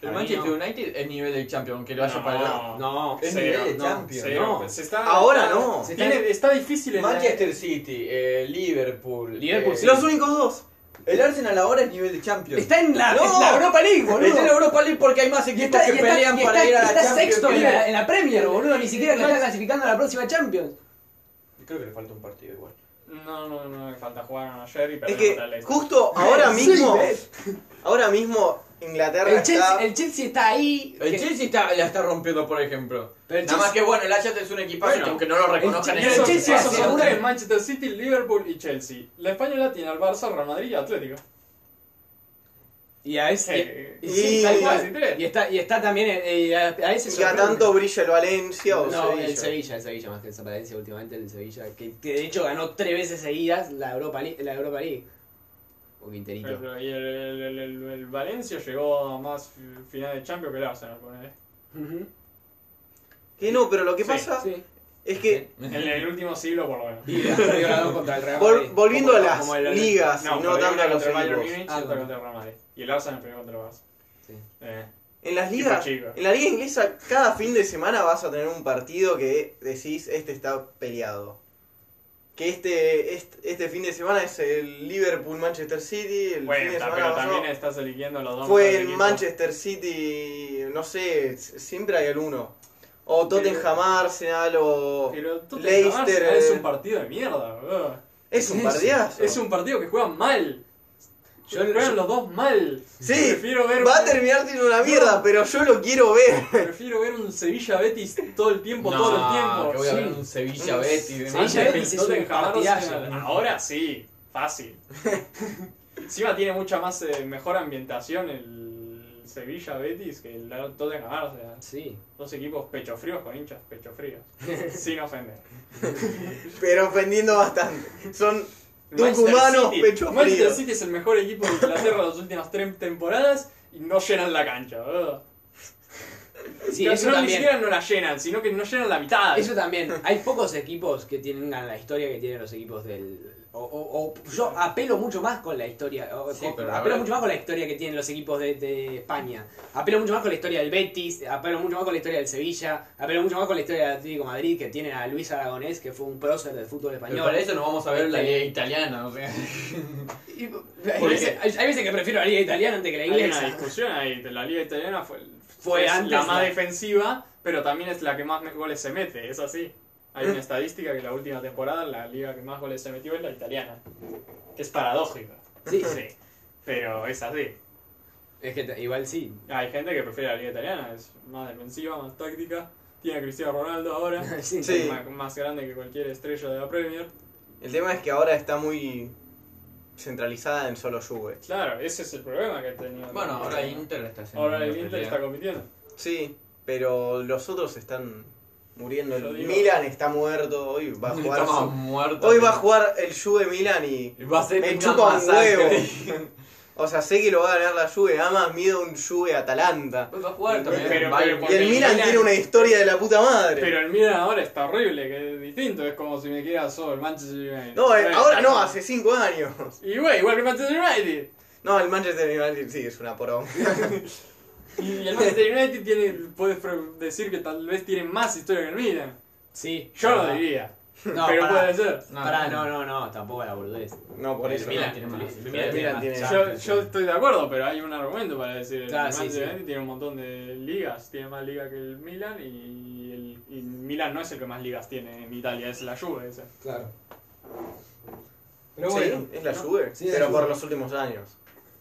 S7: El
S1: Para mí
S7: Manchester
S1: no.
S7: United es nivel de Champions, aunque lo haya
S3: No,
S7: para allá.
S3: no,
S1: no.
S9: Es
S3: Cero,
S9: nivel de
S3: no,
S9: champion.
S3: cero.
S1: no.
S3: Se está,
S2: Ahora
S3: está-
S2: no.
S3: se tiene- está difícil en la-
S9: Manchester City, eh, Liverpool.
S1: Liverpool,
S9: eh,
S1: sí.
S2: Los únicos dos.
S9: El Arsenal ahora es nivel de champion.
S5: Está en la,
S9: No.
S5: en la Europa League, boludo.
S9: Está en Europa League porque hay más
S5: Y
S9: equipos
S5: está,
S9: que
S5: y está-
S9: pelean
S5: y
S9: para
S5: está-
S9: ir a la
S5: está
S9: Champions.
S5: sexto
S9: que-
S5: en la, en la Premier, boludo. Ni siquiera que está clasificando a la próxima Champions.
S9: Creo que le falta un partido igual.
S3: No, no, no, me falta jugar ayer y
S2: Es
S3: perdemos la
S2: que
S3: ley.
S2: justo ahora
S5: Sí,
S2: mismo,
S5: ¿ves?
S2: ahora mismo Inglaterra
S5: El
S2: está...
S5: Chelsea, el Chelsea está ahí.
S7: El
S5: que-
S7: Chelsea está, la está rompiendo, por ejemplo.
S5: Pero el
S7: Nada más
S5: Chelsea-
S7: que bueno, el Ajax es un equipazo,
S3: Bueno,
S7: que aunque no lo reconozcan
S5: el
S7: es
S3: Eso,
S7: un
S5: Chelsea
S3: esos
S7: equipazo.
S5: hace
S3: son
S5: una-
S3: tres, Manchester City, Liverpool y Chelsea. La española tiene al Barça, Real Madrid y Atlético.
S1: Y a ese.
S3: Eh,
S1: Y,
S2: y-
S1: sí, tal
S2: y-
S1: cual.
S3: y tres.
S1: Y está, y está también. eh, a, a ese
S2: Ya
S1: sorprende.
S2: tanto brilla el Valencia o
S1: No,
S2: Sevilla.
S1: el Sevilla, el Sevilla más que el Valencia últimamente, el Sevilla, que, que de hecho ganó tres veces seguidas la Europa League. La Europa League. O Quinterito.
S3: Pero- y el, el- el- el- el Valencia llegó a más fi- final de Champions que el Arsenal. ponele.
S1: Ujú,
S2: Que no, pero lo que
S3: Sí,
S2: pasa
S1: sí.
S2: es que
S3: En el último siglo, por lo menos.
S1: Y después ganó contra el Real
S2: vol-
S1: Madrid.
S2: volviendo a
S1: Como-
S2: las
S1: como el-
S2: ligas, y no
S3: pero
S2: tanto a
S3: una
S2: los
S3: contra el Bayern
S2: equipos.
S3: Múnich y
S1: Ah,
S3: otra
S1: bueno.
S3: contra el Real Madrid. Y el Arsenal perdió contra el Barça.
S1: Sí.
S3: Eh,
S2: En las
S3: Equipo
S2: ligas,
S3: chico.
S2: en la liga inglesa, cada fin de semana vas a tener un partido que decís, este está peleado. Que este, este, este fin de semana es el Liverpool-Manchester City, el fin
S3: bueno,
S2: de
S3: está,
S2: semana
S3: pero
S2: pasado
S3: también estás eligiendo los dos.
S2: fue
S3: mejores
S2: el
S3: equipos.
S2: Manchester City, no sé, s- siempre hay alguno. O Tottenham-Arsenal, o...
S3: Pero tú te
S2: Leicester,
S3: Leicester, es
S2: eh.
S3: un partido de mierda, boludo.
S2: Es un partidazo.
S3: Es un partido que juegan mal.
S1: Yo-
S3: juegan los dos mal.
S2: Sí,
S3: prefiero ver
S2: Va a
S3: un-
S2: terminar siendo una mierda, pero yo lo quiero ver.
S3: Prefiero ver un Sevilla Betis todo el tiempo,
S7: No,
S3: todo el tiempo.
S7: que voy a ver
S3: Sí.
S7: un Sevilla Betis. de
S1: Sevilla
S7: Manchester.
S1: Betis es
S3: Tottenham
S1: un partidazo.
S3: Arsenal. Ahora sí, fácil. Encima tiene mucha más eh, mejor ambientación el Sevilla Betis que el Tottenham Arsenal.
S1: Sí.
S3: Dos equipos pecho fríos con hinchas pecho fríos. Sin ofender.
S2: Pero ofendiendo bastante. Son
S3: Manchester
S2: Tucumanos,
S3: City.
S2: pecho
S3: Manchester
S2: frío.
S3: City es el mejor equipo de Inglaterra de las últimas tres temporadas y no llenan la cancha, ¿verdad?
S1: Sí,
S3: no,
S1: eso
S3: no, ni
S1: también.
S3: siquiera no la llenan, sino que no llenan la mitad.
S1: Eso también. Hay pocos equipos que tengan la historia que tienen los equipos del. O, o- o- yo apelo mucho más con la historia. o-
S7: Sí,
S1: con-
S7: pero la
S1: apelo
S7: verdad-
S1: mucho más con la historia que tienen los equipos de, de España. Apelo mucho más con la historia del Betis. Apelo mucho más con la historia del Sevilla. Apelo mucho más con la historia del Atlético de Madrid que tiene a Luis Aragonés, que fue un prócer del fútbol
S7: Pero
S1: español.
S7: para eso nos vamos a ver la liga italiana, o sea.
S1: Y- hay, veces, hay- hay veces que prefiero la liga italiana antes que la
S3: Hay una
S1: inglesa.
S3: discusión ahí. La Liga Italiana fue,
S1: Fue
S3: es
S1: antes
S3: la más
S1: la-
S3: defensiva, pero también es la que más goles se mete, es así. Hay
S1: Eh.
S3: una estadística que la última temporada la liga que más goles se metió es la italiana. Que es paradójico.
S1: Sí.
S3: Pero es así.
S1: Es que t- igual sí.
S3: Hay gente que prefiere la liga italiana, es más defensiva, más táctica. Tiene a Cristiano Ronaldo ahora,
S1: Sí,
S2: Sí.
S3: más, más grande que cualquier estrella de la Premier.
S2: El tema es que ahora está muy centralizada en solo Juve.
S3: Claro, ese es el problema que ha tenido.
S7: Bueno, ahora Inter está haciendo.
S3: Ahora el
S7: una
S3: Inter
S7: pelea.
S3: está compitiendo.
S2: Sí, pero los otros están muriendo.
S3: Yo
S2: El
S3: digo-
S2: Milan está muerto hoy, va a jugar.
S7: Está más
S2: su-
S7: muerto.
S2: Hoy va a jugar el Juve Milan y
S7: Va a ser
S2: me
S7: una
S2: chupa un
S7: masacre.
S2: huevo. O sea, sé que lo va a ganar la Juve, además mido un Juve Atalanta.
S7: Hoy va a jugar también.
S3: Pero-
S7: va a-
S3: pero-
S2: Y el
S3: el
S2: Milan
S3: Milan-
S2: tiene una historia de la puta madre.
S3: Pero el Milan ahora está horrible, que es distinto. Es como si me quiera solo el Manchester United.
S2: No, eh,
S3: Bueno.
S2: ahora no, hace 5 años.
S3: Y güey, igual que el Manchester United.
S2: No, el Manchester United sí es una poronga.
S3: Y el Manchester United tiene, puedes pro- decir que tal vez tiene más historia que el Milan.
S5: Sí.
S3: Yo lo
S1: Ah.
S5: pará.
S3: diría.
S5: No,
S3: pero
S5: pará.
S3: puede ser.
S5: No, pará, no, no, no, tampoco la boludez.
S2: No, por eso.
S5: el Milan
S2: no.
S5: tiene más. El
S2: El Milan
S5: Milan tiene
S2: tiene-
S5: más.
S3: Yo, yo estoy de acuerdo, pero hay un argumento para decir el
S5: Claro, sí,
S3: Manchester
S5: sí.
S3: United tiene un montón de ligas, tiene más ligas que el Milan y el y Milan no es el que más ligas tiene en Italia, es la Juve esa.
S1: Claro. Pero
S2: Sí,
S1: bueno.
S2: es la
S1: ¿no?
S2: Juve.
S1: Sí, es
S2: pero
S1: la
S2: por
S1: Juve.
S2: los últimos años.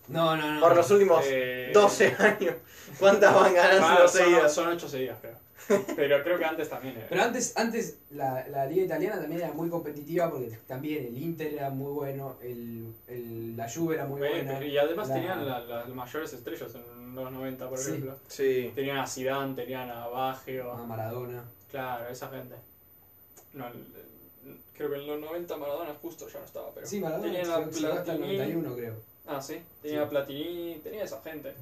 S5: No, no, no.
S2: Por los últimos
S3: Eh,
S2: 12 años. ¿Cuántas van
S3: va,
S2: ganando los
S3: son,
S2: seguidas?
S3: son ocho seguidas, creo. Pero creo que antes también era.
S1: Pero antes, antes la, la liga italiana también era muy competitiva porque también el Inter era muy bueno, el, el- la Juve era muy
S3: Eh,
S1: buena.
S3: pero- y además
S1: la-
S3: tenían la- las mayores estrellas en los 90, por
S1: Sí.
S3: ejemplo.
S2: Sí.
S3: Tenían a Zidane, tenían a Baggio,
S1: a Maradona.
S3: claro, esa gente. No, el- el- creo que en los 90 Maradona justo ya no estaba, pero...
S1: Sí, Maradona
S3: Tenían a
S1: se- se va hasta el
S3: Platini.
S1: 91 creo.
S3: Ah, sí, tenía
S1: Sí.
S3: a Platini, tenía esa gente.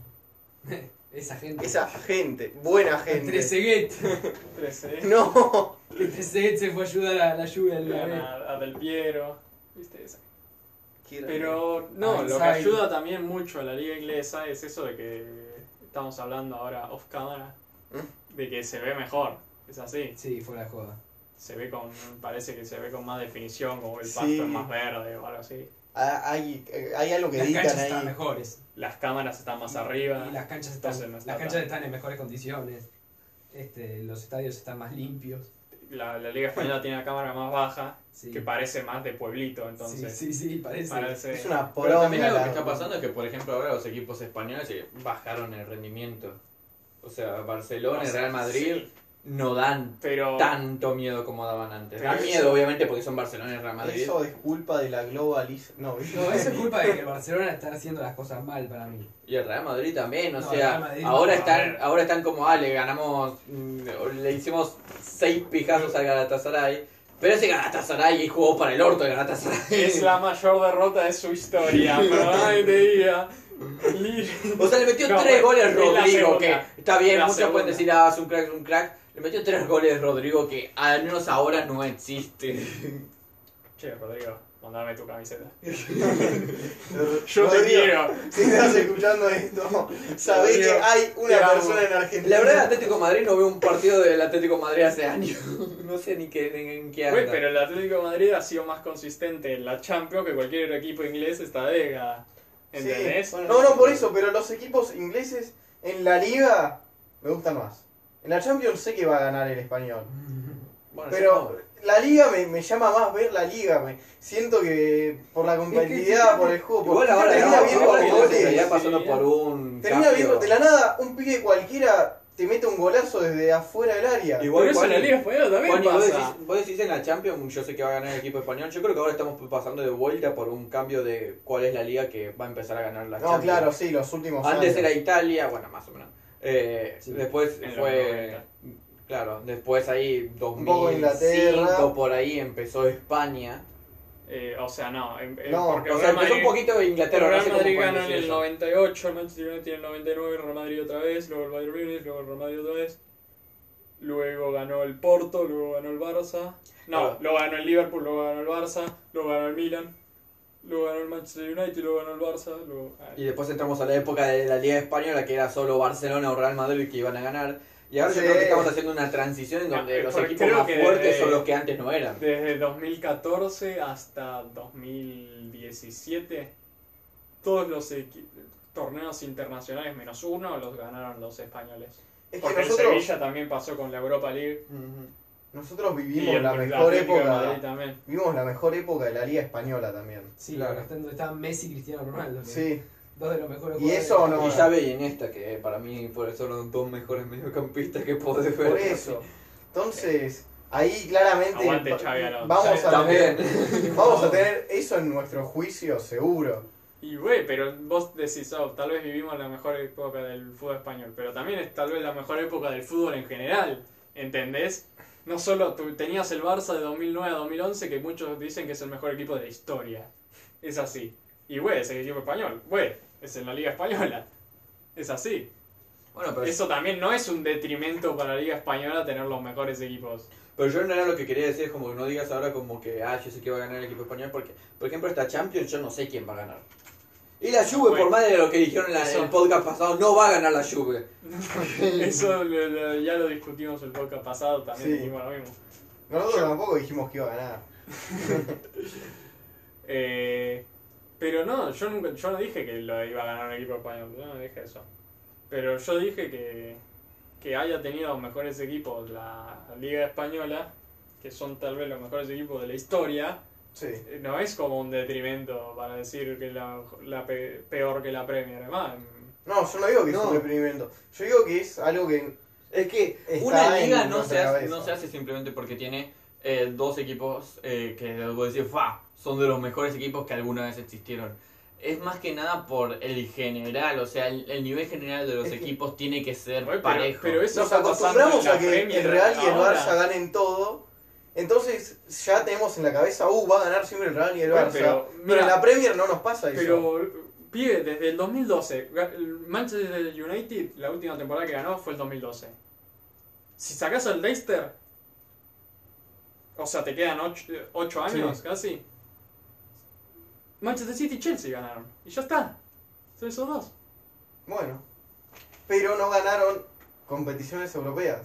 S1: Esa gente.
S2: Esa gente, buena gente.
S1: Trezeguet.
S3: Trece,
S2: No.
S1: Trezeguet se fue a ayudar a la Juve al la
S3: a, a Del Piero, viste esa. Pero no, lo que
S1: Inside.
S3: ayuda también mucho a la liga inglesa es eso de que estamos hablando ahora off cámara,
S1: ¿Mm?
S3: de que se ve mejor, es así.
S1: Sí, fue la joda.
S3: se ve con parece que se ve con más definición como el
S2: Sí.
S3: pasto es más verde o algo así
S2: Ah, Hay, hay algo que
S1: Las canchas
S2: editan
S1: están
S2: ahí.
S1: mejores.
S3: las cámaras están más
S1: Y-
S3: arriba
S1: Y las canchas
S3: Entonces
S1: están,
S3: no está
S1: las canchas
S3: tan-
S1: están en mejores condiciones. Este, los estadios están más limpios.
S3: la, la liga española tiene la cámara más baja
S1: Sí.
S3: que parece más de pueblito entonces
S1: sí, sí, sí, parece.
S3: parece
S2: Es una
S7: Pero también
S2: poronga.
S7: algo que
S2: la-
S7: está pasando es que, por ejemplo, ahora los equipos españoles eh, bajaron el rendimiento. O sea, Barcelona
S3: O
S7: y
S3: sea,
S7: Real Madrid
S3: sí.
S7: no dan
S3: pero
S7: tanto miedo como daban antes.
S3: Pero
S7: Dan
S3: eso-
S7: miedo, obviamente, porque son Barcelona y Real Madrid.
S2: Eso es culpa de la globalización. No,
S1: No, eso es culpa de que el Barcelona está haciendo las cosas mal para mí.
S7: Y el Real Madrid también, o
S1: No,
S7: sea,
S1: Real Madrid
S7: ahora
S1: no,
S7: están,
S3: a ver.
S7: ahora están como, ah, le ganamos, mm, o le hicimos seis pijazos al Galatasaray, pero ese Galatasaray jugó para el orto de Galatasaray.
S3: es la mayor derrota de su historia probablemente diga Li-
S7: O sea, le metió
S3: No,
S7: tres
S3: bueno,
S7: goles
S3: es la
S7: Rodrigo,
S3: segunda.
S7: que está bien,
S3: Es la
S7: muchos
S3: segunda.
S7: pueden decir, ah, es un crack, es un crack. Le metió tres goles Rodrigo, que al menos ahora no existe.
S3: che Rodrigo mandame tu camiseta yo
S2: Rodrigo,
S3: te quiero
S2: Si estás escuchando esto, sabés que
S3: Rodrigo,
S2: hay una
S3: te amo.
S2: persona en Argentina.
S7: La verdad, el Atlético de Madrid no veo un partido del Atlético de Madrid hace años. No sé ni qué, ni en qué anda.
S3: Güey, pero el Atlético de Madrid ha sido más consistente en la Champions que cualquier equipo inglés esta década
S2: Sí.
S3: ¿entendés?
S2: No, no, por eso, pero los equipos ingleses en la liga me gustan más. En la Champions sé que va a ganar el español.
S7: Bueno,
S2: Pero la liga me, me llama más ver la liga. Me siento que por la competitividad, por el juego, por
S7: Igual ahora,
S2: termina
S7: ahora,
S2: viendo
S7: ahora que
S2: goles.
S7: estamos en realidad
S3: sí.
S7: pasando por un
S2: Termina
S7: cambio.
S2: viendo de la nada un pibe cualquiera te mete un golazo desde afuera del área.
S7: Igual,
S3: Por eso en la
S7: Juani,
S3: Liga Española también
S7: Juani, vos,
S3: pasa.
S7: decís, vos decís en la Champions, yo sé que va a ganar el equipo español. Yo creo que ahora estamos pasando de vuelta por un cambio de cuál es la liga que va a empezar a ganar la
S2: No,
S7: Champions.
S2: claro, sí, los últimos
S7: Antes
S2: años.
S7: era Italia, bueno, más o menos. Eh,
S1: Sí.
S7: Después
S3: En los
S7: fue.
S3: 90.
S7: Claro, después ahí
S2: poco
S7: 2005
S2: Inglaterra.
S7: por ahí empezó España.
S3: Eh, o sea, no. em- em,
S2: No,
S3: porque
S7: o sea,
S3: Real
S7: empezó un
S3: Madrid-
S7: poquito de Inglaterra.
S3: Real
S7: no sé cómo
S3: Madrid
S7: pueden
S3: ganó en
S7: decir
S3: el
S7: eso.
S3: 98, el Manchester United en el 99, Real Madrid otra vez, luego el Bayern Munich, luego el Real Madrid otra vez. Luego ganó el Porto, luego ganó el Barça. No,
S7: Claro.
S3: luego ganó el Liverpool, luego ganó el Barça, luego ganó el Milan. Luego ganó el Manchester United, luego ganó el Barça, luego... ah,
S7: Y después entramos a la época de la Liga Española, que era solo Barcelona o Real Madrid que iban a ganar. Y ahora yo
S2: Sí.
S7: creo que estamos haciendo una transición en donde
S3: Ah,
S7: los
S3: porque
S7: equipos
S3: creo
S7: más
S3: que
S7: fuertes
S3: desde-
S7: son los que antes no eran.
S3: Desde 2014 hasta 2017, todos los equi- torneos internacionales menos uno los ganaron los españoles.
S2: Es que
S3: Porque el
S2: nosotros,
S3: Sevilla también pasó con la Europa League
S2: nosotros
S3: y
S2: vivimos
S3: el
S2: la mejor
S3: Atlético de
S2: época.
S3: Madrid también.
S2: Vimos la mejor época de la liga española también.
S1: Sí,
S7: Claro.
S1: porque están donde están Messi y Cristiano Ronaldo. que
S2: Sí.
S1: Dos de los mejores
S2: Y
S1: jugadores.
S2: eso no.
S7: Y Xavi y Iniesta, que eh, para mí por eso son los dos mejores mediocampistas que podés ver.
S2: Por eso. Entonces, ahí claramente
S3: Aguante,
S2: va-
S3: Xavi Alonso.
S2: vamos a
S7: También.
S2: tener vamos a tener eso en nuestro juicio seguro.
S3: Y güey, pero vos decís, oh, tal vez vivimos la mejor época del fútbol español, pero también es tal vez la mejor época del fútbol en general, ¿entendés? No solo tú tenías el Barça de 2009 a 2011, que muchos dicen que es el mejor equipo de la historia. Es así. Y güey, es el equipo español. Güey, es en la Liga Española. Es así.
S7: Bueno, pero,
S3: Eso también no es un detrimento para la Liga Española tener los mejores equipos.
S7: pero yo no era lo que quería decir, es como que no digas ahora como que, ah, yo sé que va a ganar el equipo español, porque, por ejemplo, esta Champions yo no sé quién va a ganar. Y la Juve,
S3: Bueno,
S7: por más de lo que dijeron en la-
S3: eso.
S7: el podcast pasado, no va a ganar la Juve.
S3: Eso lo- lo- ya lo discutimos el podcast pasado, también
S2: Sí.
S3: dijimos lo mismo.
S2: Nosotros tampoco dijimos que iba a ganar.
S3: Eh, pero no, yo nunca, yo no dije que lo iba a ganar un equipo español, yo no dije eso. Pero yo dije que, que haya tenido mejores equipos la Liga Española, que son tal vez los mejores equipos de la historia,
S2: Sí.
S3: eh, no es como un detrimento para decir que la, la pe- peor que la Premier, además.
S2: No, yo no digo que es
S8: No.
S2: un experimento. Yo digo que es algo que.
S7: Es que
S2: Está
S7: una
S2: en
S7: liga no se,
S2: nuestra
S7: hace,
S2: cabeza.
S7: no se hace simplemente porque tiene eh, dos equipos eh, que debo decir, fa, son de los mejores equipos que alguna vez existieron. Es más que nada por el general, o sea, el, el nivel general de los
S2: Es que-
S7: equipos tiene que ser
S3: Oye, Pero,
S7: parejo.
S3: pero eso
S2: Nos
S3: está pasando
S2: acostumbramos
S3: en la
S2: a que
S3: Premier
S2: el Real y el
S3: ahora.
S2: Barça ganen todo. Entonces ya tenemos en la cabeza, uh, va a ganar siempre el Real y el
S3: Bueno,
S2: Barça.
S3: pero,
S2: Pero,
S3: mira,
S2: en la Premier no nos pasa eso.
S3: Pero, pibe, desde el 2012, ga- el Manchester United, la última temporada que ganó fue el 2012. Si sacas al Leicester, o sea, te quedan 8 años casi. Manchester City y Chelsea ganaron. Y ya está. Son esos dos.
S2: Bueno. Pero no ganaron competiciones europeas.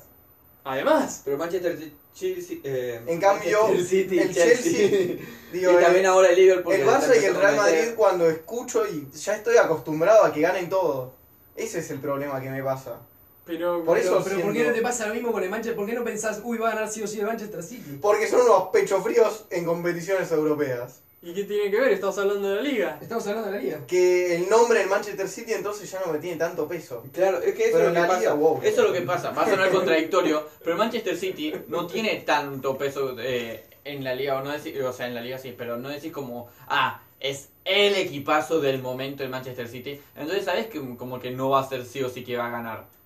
S3: Además,
S4: Pero Manchester Ci- Chelsea. eh,
S2: En cambio,
S4: Manchester City,
S2: el Chelsea, Digo,
S4: y también
S2: el-
S4: ahora el Liverpool.
S2: el
S4: que está
S2: Barça y el
S4: empezando
S2: Real
S4: a meter-
S2: Madrid cuando escucho y ya estoy acostumbrado a que ganen todo. Ese es el problema que me pasa.
S3: pero.
S2: Por
S3: pero-
S2: eso
S5: Pero ¿por
S2: siento-
S5: qué no te pasa lo mismo con el Manchester? ¿Por qué no pensás, uy, va a ganar sí o sí el Manchester City?
S2: Porque son unos pechofríos en competiciones europeas.
S3: ¿Y qué tiene que ver? Estamos hablando de la liga.
S5: Estamos hablando de la liga.
S2: Que el nombre del Manchester City entonces ya no me tiene tanto peso.
S4: Claro, es que eso
S2: Pero
S4: es
S2: en
S4: lo que
S2: la
S4: pasa.
S2: liga, wow.
S7: Eso es lo que pasa, va a sonar contradictorio, pero Manchester City no tiene tanto peso eh, en la liga, o, no decir, o sea, en la liga sí, pero no decís como, ah, es el equipazo del momento en Manchester City, entonces sabes que como que no va a ser sí o sí que va a ganar.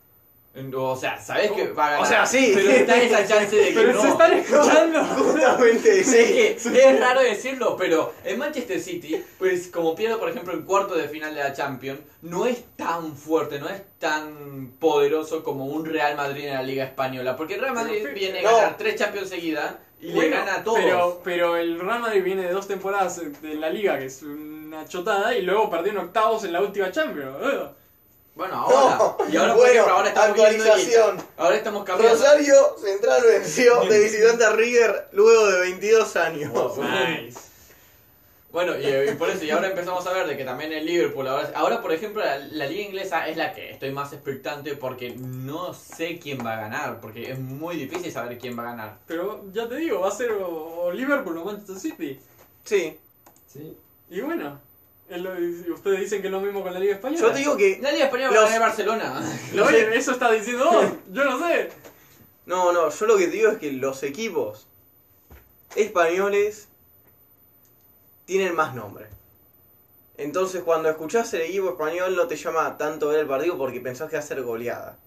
S7: O sea, sabes que va a ganar.
S8: O sea, sí.
S7: Pero está esa chance de que
S3: Pero
S7: no.
S3: se están escuchando.
S8: Justamente sí.
S7: Es que es raro decirlo, pero en Manchester City, pues como pierde por ejemplo el cuarto de final de la Champions, no es tan fuerte, no es tan poderoso como un Real Madrid en la Liga Española. Porque el Real Madrid
S3: Pero,
S7: viene a
S2: no.
S7: ganar tres Champions seguidas y le
S3: Bueno,
S7: gana a todos.
S3: Pero, pero el Real Madrid viene de dos temporadas de la liga, que es una chotada, y luego perdió en octavos en la última Champions. Ugh.
S7: Bueno, ahora. Y ahora, por
S2: bueno,
S7: ejemplo, ahora estamos viendo
S2: actualización.
S7: y- ahora estamos cambiando.
S2: Rosario Central venció de visitante a River luego de 22 años.
S3: Nice.
S7: Bueno, y, y por eso, y ahora empezamos a ver de que también el Liverpool, ahora, ahora por ejemplo la, la liga inglesa es la que estoy más expectante porque no sé quién va a ganar, porque es muy difícil saber quién va a ganar.
S3: Pero ya te digo, va a ser o, o Liverpool o Manchester City.
S8: Sí.
S5: Sí.
S3: Y bueno, es lo- y ustedes dicen que es lo mismo con la Liga Española.
S8: Yo te digo que.
S7: Nadie español va a
S8: Los-
S7: ganar Barcelona.
S3: Lo- oye, eso está diciendo vos. Yo no sé.
S8: No, no, yo lo que te digo es que los equipos españoles tienen más nombre. Entonces, cuando escuchás el equipo español, no te llama tanto ver el partido porque pensás que va a ser goleada.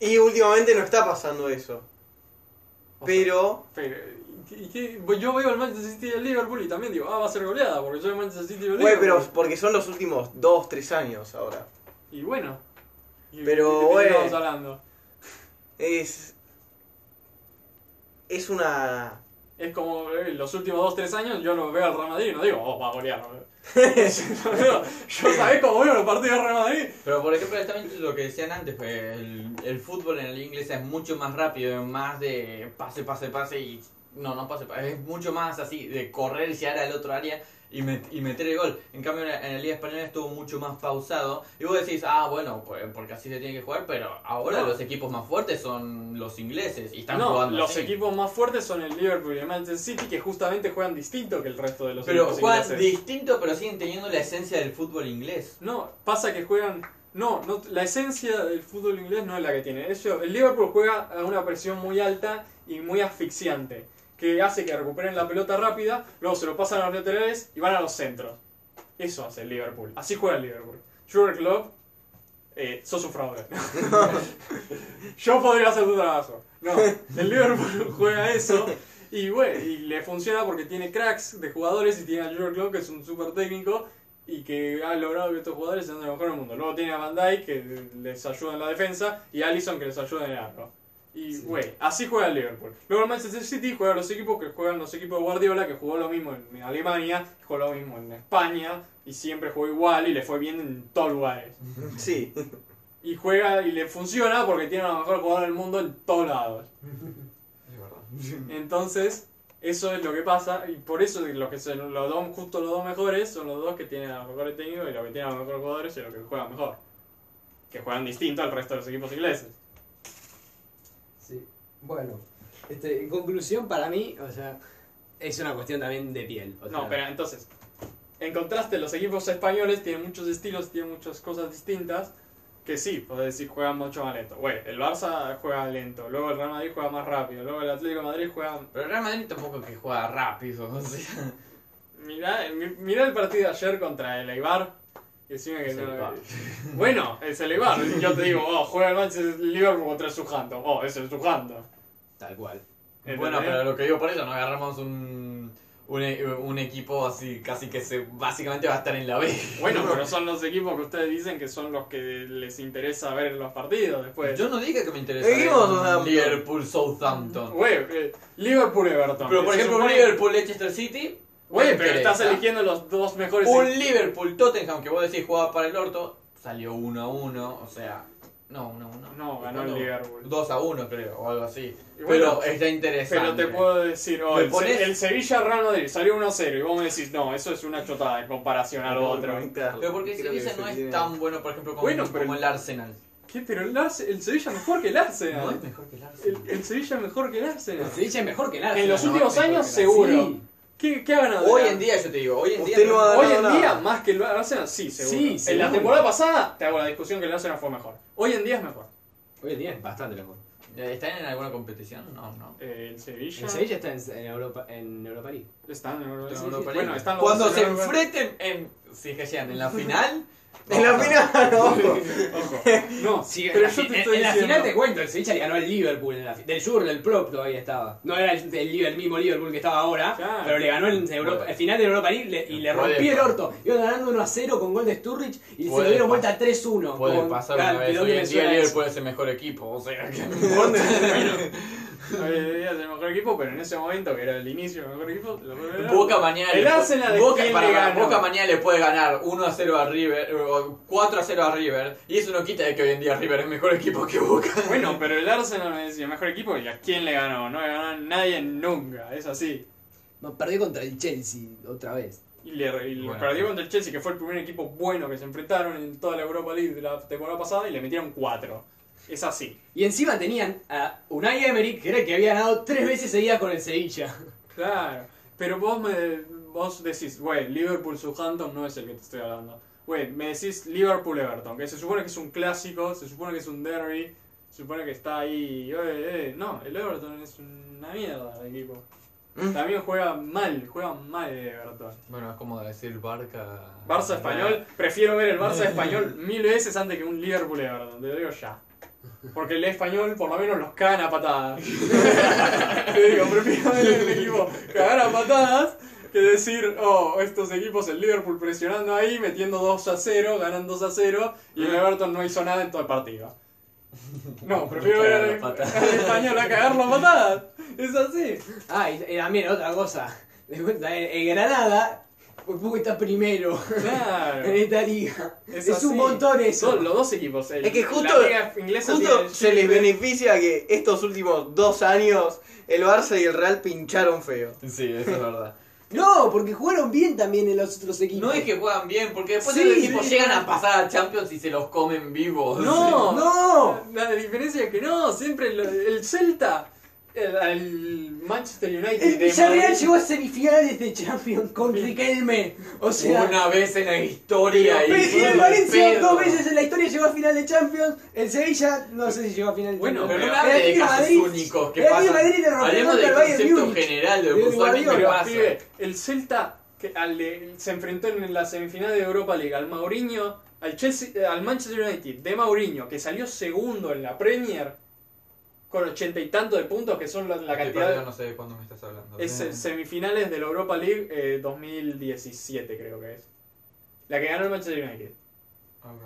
S2: Y últimamente no está pasando eso.
S8: Pero,
S3: Pero, ¿y qué- Pues yo veo al Manchester City y al Liverpool y también digo, ah, va a ser goleada porque yo el Manchester City y el
S8: güey,
S3: Liverpool.
S8: pero porque son los últimos 2, 3 años ahora.
S3: Y bueno. Y-
S8: Pero,
S3: ¿de qué
S8: güey.
S3: estamos hablando?
S8: Es. Es una.
S3: Es como eh, los últimos 2-3 años yo no veo al Real Madrid y no digo, oh, va a golear. No, yo sabés cómo veo los partidos del Real Madrid.
S7: Pero por ejemplo, también lo que decían antes, que el, el fútbol en la liga inglesa es mucho más rápido, es más de pase, pase, pase y... No, no pase, pase, es mucho más así, de correr, llegar al otro área y, met- y meter el gol. En cambio, en la, en la liga española estuvo mucho más pausado. Y vos decís, ah, bueno, pues, porque así se tiene que jugar, pero ahora
S3: No.
S7: los equipos más fuertes son los ingleses y están
S3: no,
S7: jugando
S3: los
S7: así.
S3: equipos más fuertes son el Liverpool y el Manchester City, que justamente juegan distinto que el resto de los
S7: Pero
S3: equipos
S7: juegan
S3: ingleses.
S7: distinto, pero siguen teniendo la esencia del fútbol inglés.
S3: No, pasa que juegan... No, no, la esencia del fútbol inglés no es la que tiene. Ellos- el Liverpool juega a una presión muy alta y muy asfixiante, que hace que recuperen la pelota rápida, luego se lo pasan a los laterales y van a los centros. Eso hace el Liverpool. Así juega el Liverpool. Jurgen Klopp, eh, sos un fraude. Yo podría hacer tu trabajo. No, el Liverpool juega eso. Y bueno, y le funciona porque tiene cracks de jugadores y tiene a Jurgen Klopp, que es un súper técnico y que ha logrado que estos jugadores sean de lo mejor del mundo. Luego tiene a Van Dijk, que les ayuda en la defensa, y a Allison, que les ayuda en el arco. Y, güey, así juega el Liverpool. Luego el Manchester City juega a los equipos que juegan los equipos de Guardiola, que jugó lo mismo en Alemania, jugó lo mismo en España, y siempre jugó igual y le fue bien en todos lugares.
S8: Sí.
S3: Y juega y le funciona porque tiene a los mejores jugadores del mundo en todos lados. Entonces, eso es lo que pasa, y por eso los que son los dos, justo los dos mejores, son los dos que tienen a los mejores técnicos y los que tienen a los mejores jugadores y los que juegan mejor. Que juegan distinto al resto de los equipos ingleses.
S1: Sí. Bueno, este, en conclusión, para mí, o sea, es una cuestión también de piel. o
S3: No,
S1: sea,
S3: pero entonces, en contraste, los equipos españoles tienen muchos estilos, tienen muchas cosas distintas, que sí, podés decir, juegan mucho más lento. Bueno, el Barça juega lento, luego el Real Madrid juega más rápido, luego el Atlético de Madrid juega...
S7: Pero el Real Madrid tampoco es que juega rápido, o sea.
S3: Mirá, mi- mirá el partido de ayer contra el Eibar. y decime que
S7: Es
S3: no
S7: el
S3: lo-
S7: Eibar.
S3: Bueno, es el Eibar. Yo te digo, oh, juega el Manchester Liverpool contra el Southampton. Oh, es el Southampton.
S1: Tal cual.
S7: Bueno,
S3: ¿Entendés?
S7: pero lo que digo por eso, no agarramos un, un, e- un equipo así, casi que se, básicamente va a estar en la B.
S3: Bueno, pero son los equipos que ustedes dicen que son los que les interesa ver los partidos después.
S7: Yo no dije que me interesa
S8: Seguimos,
S7: ver un
S8: Southampton.
S7: Liverpool Southampton.
S3: Güey, eh, Liverpool Everton.
S7: Pero por
S3: Se
S7: ejemplo, un
S3: supone-
S7: Liverpool Leicester City,
S3: Güey,
S7: me
S3: pero estás
S7: interesa.
S3: eligiendo los dos mejores.
S7: un Liverpool Tottenham que vos decís jugaba para el orto, salió 1 a 1, o sea, no, 1 a 1.
S3: No, ganó el
S7: ¿Cuándo?
S3: Liverpool.
S7: 2 a 1 creo, o algo así.
S3: Y bueno,
S7: pero está interesante.
S3: Pero te puedo decir, oh,
S7: Me
S3: el,
S7: pones-
S3: Se- el Sevilla Real Madrid salió 1-0 y vos me decís, no, eso es una chotada en comparación al otro.
S7: Pero porque
S8: Creo
S7: Sevilla
S8: que
S7: no
S8: se
S7: es
S8: tiene-
S7: tan bueno, por ejemplo, como,
S3: Bueno, pero-
S7: como el Arsenal.
S3: ¿Qué? Pero el, Arse- el Sevilla mejor que el Arsenal.
S7: No es mejor que el Arsenal.
S3: El, el Sevilla mejor que el Arsenal.
S1: Se dice mejor que nada.
S3: En los
S1: no,
S3: últimos
S1: mejor
S3: años,
S1: que nada.
S3: seguro.
S1: Sí.
S3: ¿Qué, qué ha ganado?
S7: Hoy
S3: el
S7: en día, yo te digo, hoy en día.
S8: Usted no ha
S3: Hoy en
S8: ganado
S3: día,
S8: nada.
S3: más que el Arsenal, sí, seguro.
S1: Sí,
S3: en
S1: seguro.
S3: la temporada pasada, te hago la discusión que el Arsenal fue mejor. Hoy en día es mejor.
S1: Hoy en día es bastante mejor.
S7: ¿Están Eh, en alguna competición? No, no.
S3: Eh, el Sevilla.
S1: El Sevilla está en, en Europa, en Europa League.
S3: Están en Europa.
S7: Está en
S3: sí,
S7: Europa
S3: sí.
S7: League.
S3: Bueno, están los
S7: Cuando
S3: dos
S7: se
S3: en Europa.
S7: enfrenten en. Si es que llegan en la final.
S8: En la final, ojo.
S3: Ojo. No,
S1: Sí,
S3: pero
S1: en,
S3: yo
S1: la,
S3: te
S1: fi-
S3: estoy
S1: en la
S3: diciendo.
S1: final te cuento, el Sevilla le ganó al Liverpool. En la fi- del Jurgen, el prop todavía estaba. No era el, el, Liver- el mismo Liverpool que estaba ahora,
S3: Claro.
S1: pero le ganó en Europa,
S7: Puede.
S1: el final de Europa League le- y le
S7: Puede
S1: rompió el
S7: pasar.
S1: orto. Iba ganando 1 a 0 con gol de Sturridge y se
S7: Puede
S1: lo dieron
S7: pasar.
S1: vuelta 3-1.
S7: Puede
S1: Con-
S7: pasar
S1: claro,
S7: una vez.
S1: quedó
S7: Hoy
S1: bien
S7: en día
S1: suena
S7: el
S1: eso.
S7: Liverpool es el mejor equipo. O sea, que.
S3: Hoy en día es el mejor equipo, pero en ese momento, que era el inicio del mejor equipo. lo-
S7: Boca mañana.
S3: El
S7: le-
S3: Arsenal es
S7: Boca,
S3: quien
S7: para-
S3: le
S7: para-
S3: ganó.
S7: Boca mañana le puede ganar 1 a 0 a River. o 4 a 0 a River. Y eso no quita de que hoy en día River es mejor equipo que Boca.
S3: Bueno, pero el Arsenal es el mejor equipo y a quién le ganó. No le ganó a nadie nunca, es así.
S1: No, perdió contra el Chelsea otra vez.
S3: Y le, y le
S7: Bueno.
S3: perdió contra el Chelsea, que fue el primer equipo bueno que se enfrentaron en toda la Europa League de la temporada pasada y le metieron 4. Es así.
S1: Y encima tenían a Unai Emery, que era el que había ganado tres veces seguidas con el Sevilla.
S3: Claro. Pero vos me vos decís, güey, Liverpool Southampton no es el que te estoy hablando. Güey, me decís Liverpool Everton, que se supone que es un clásico, se supone que es un derby, se supone que está ahí. eh, eh. No, el Everton es una mierda de equipo. También juega mal, juega mal el Everton.
S7: Bueno, es como decir Barca.
S3: Barça español, prefiero ver el Barça español mil veces antes que un Liverpool Everton, te lo digo ya. Porque el español por lo menos los cagan a patadas. te digo, prefiero ver el equipo cagar a patadas que decir, oh, estos equipos, el Liverpool presionando ahí, metiendo 2 a 0, ganan 2 a 0 y el Everton no hizo nada en todo el partido. No, prefiero ver al, al español a cagarlo a patadas. Es así.
S1: Ah, y, y también otra cosa. Les cuento, el, el Granada por poco está primero
S3: Claro.
S1: en esta liga.
S3: Es
S1: Es,
S3: así.
S1: un montón eso.
S3: Son los dos equipos. el-
S8: Es que
S3: la
S8: justo-
S3: liga inglesa tiene
S8: Justo
S3: el
S8: se les
S3: Sheffield.
S8: beneficia que estos últimos dos años el Barça y el Real pincharon feo.
S7: Sí, eso es verdad.
S1: No, porque jugaron bien también en los otros equipos.
S7: No es que juegan bien, porque después
S1: Sí,
S7: los equipos
S1: sí.
S7: llegan a pasar a Champions y se los comen vivos.
S3: No,
S1: ¡No!
S3: La diferencia es que no, siempre lo- el Celta, el, el Manchester United.
S1: El
S3: de
S1: Villarreal
S3: Madrid-
S1: llegó a semifinales de Champions con Riquelme. O sea,
S7: Una vez en la historia.
S1: pero
S7: y
S1: el
S7: fue
S1: Valencia
S7: pedo.
S1: dos veces en la historia llegó a final de Champions. El Sevilla no sé si llegó a final de
S7: Bueno,
S1: Champions.
S7: pero
S1: El
S7: no hable de
S1: Atlético
S7: casos
S1: Madrid-
S7: únicos que
S1: el Atlético
S7: pasan.
S1: Madrid le rompió
S7: Hablemos
S1: contra
S7: del
S1: el Bayern
S7: concepto
S1: Múnich.
S7: general de lo
S1: Del
S7: que usualmente
S1: Guardiola.
S3: Pero,
S7: pasa.
S3: pibe, el Celta que al de- se enfrentó en la semifinal de Europa League al Mourinho, al, Chelsea, eh, al Manchester United de Mourinho, que salió segundo en la Premier con ochenta y tantos de puntos, que son la, la
S7: Estoy
S3: cantidad
S7: perdido,
S3: de
S7: no sé de cuándo me estás hablando.
S3: es,
S7: Eh,
S3: eh, semifinales de la Europa League eh, 2017, creo que es. La que ganó el Manchester United.
S7: ok.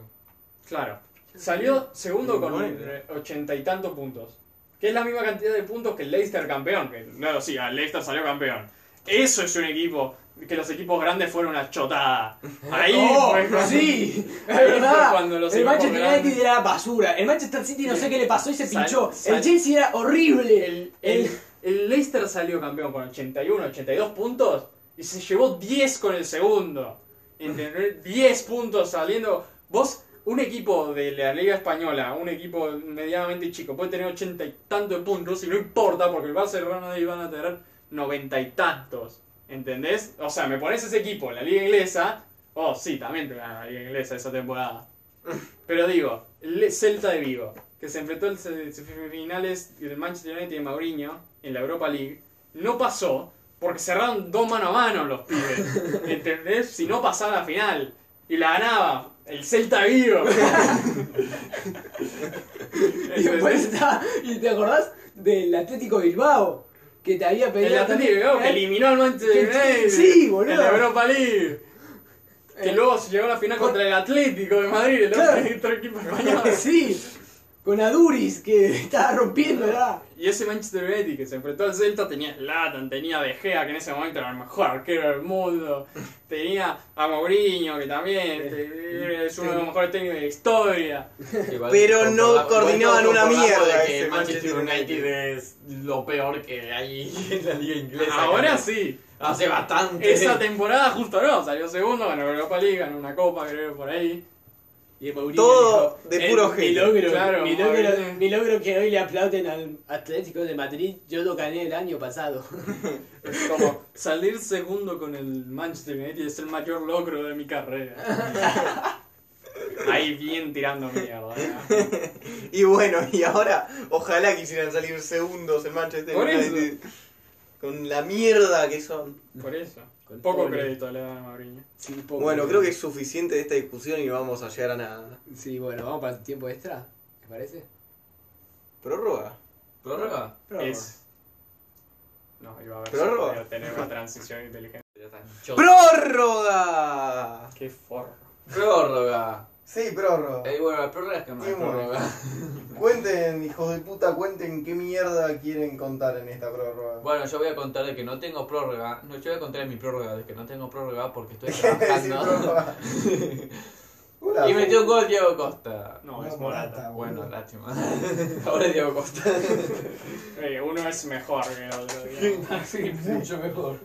S3: Claro. Salió segundo con
S8: Nueve.
S3: eh, ochenta y tantos puntos. Que es la misma cantidad de puntos que el Leicester campeón. Que, claro, sí, el Leicester salió campeón. Eso es un equipo. Que los equipos grandes fueron una chotada. Ahí
S1: ¡Oh!
S3: fue cuando-
S1: ¡Sí! Es
S3: ahí fue
S1: verdad.
S3: cuando los
S1: El
S3: equipos
S1: Manchester
S3: grandes-
S1: United era basura. El Manchester City no sé qué le pasó y se
S3: Sal-
S1: pinchó.
S3: sal-
S1: El Chelsea era horrible.
S3: El, el, el Leicester salió campeón con 81, 82 puntos y se llevó 10 con el segundo. ¿Entendés? 10 puntos saliendo. Vos, un equipo de la Liga Española, un equipo medianamente chico, puede tener 80 y tantos puntos y no importa porque el Barcelona y van a tener 90 y tantos. ¿Entendés? O sea, me pones ese equipo en la Liga Inglesa. Oh, sí, también te gana la Liga Inglesa esa temporada. Pero digo, el Celta de Vigo, que se enfrentó en semifinales del Manchester United de Mourinho en la Europa League, no pasó porque cerraron dos mano a mano los pibes. ¿Entendés? Si no pasaba la final y la ganaba el Celta de Vigo.
S1: Y después está. ¿Y te acordás del Atlético Bilbao? Que te había pedido.
S3: El Atlético de Bilbao que eliminó al Manchester
S1: Eh, Que-
S3: United
S1: sí, boludo.
S3: en la Europa League. Que
S1: Eh,
S3: luego se llegó a la final contra el Atlético de Madrid, el otro-
S1: Claro.
S3: el otro equipo español.
S1: Sí. Con Aduris que estaba rompiendo, ¿verdad?
S3: Y ese Manchester United que se enfrentó al Celta tenía Zlatan, tenía De Gea, que en ese momento era el mejor arquero del mundo. Tenía a Mourinho, que también te- es uno de los mejores técnicos de la historia.
S7: Igual
S8: Pero no
S7: concordamos-
S8: coordinaban
S7: igual todos
S8: una
S7: concordamos
S8: mierda
S7: de que
S8: ese
S7: el Manchester
S8: Manchester
S7: United es lo peor que hay en la liga inglesa.
S3: Ahora
S7: creo.
S3: sí,
S7: Hace bastante.
S3: esa temporada justo no, salió segundo, ganó Europa League, ganó una copa, creo, por ahí.
S1: Y Mourinho
S8: Todo
S1: dijo,
S8: de
S1: "El-
S8: puro
S1: mi
S8: genio.
S1: logro,
S3: Claro,
S1: mi, logro,
S3: Mourinho.
S1: mi logro que hoy le aplauden al Atlético de Madrid, yo lo gané el año pasado.
S3: Es como salir segundo con el Manchester United es el mayor logro de mi carrera. Ahí bien tirando mierda. ¿no?
S8: Y bueno, y ahora ojalá quisieran salir segundos en Manchester
S3: Por eso.
S8: United. Con la mierda que son.
S3: Por eso.
S1: Con
S3: Poco
S1: todo el-
S3: crédito le dan a Mourinho.
S1: Sí, un poco.
S8: Bueno, creo que es suficiente de esta discusión y no vamos a llegar a nada.
S1: Sí, bueno, vamos para el tiempo extra, ¿te parece?
S8: ¿Prórroga?
S7: ¿Prórroga?
S1: Pero
S3: Es. No, iba a ver
S8: Prórroga.
S3: si podía tener una transición inteligente.
S8: ¡Prórroga!
S3: Qué forro.
S7: Prórroga.
S2: Sí, prórroga.
S7: Eh, bueno, la prórroga es que más.
S2: Sí, bueno.
S7: prórroga.
S2: Cuenten, hijos de puta, cuenten qué mierda quieren contar en esta prórroga.
S7: Bueno, yo voy a contar de que no tengo prórroga. No, yo voy a contar de mi prórroga de que no tengo prórroga porque estoy
S2: Sí,
S7: trabajando.
S2: prórroga. Hola,
S7: y
S2: sí.
S7: metió un gol Diego Costa.
S3: No,
S2: No,
S3: es
S2: Morata.
S3: morata.
S7: Bueno, lástima. Ahora es Diego Costa.
S3: Eh, uno es mejor que el otro. digamos.
S5: mucho mejor.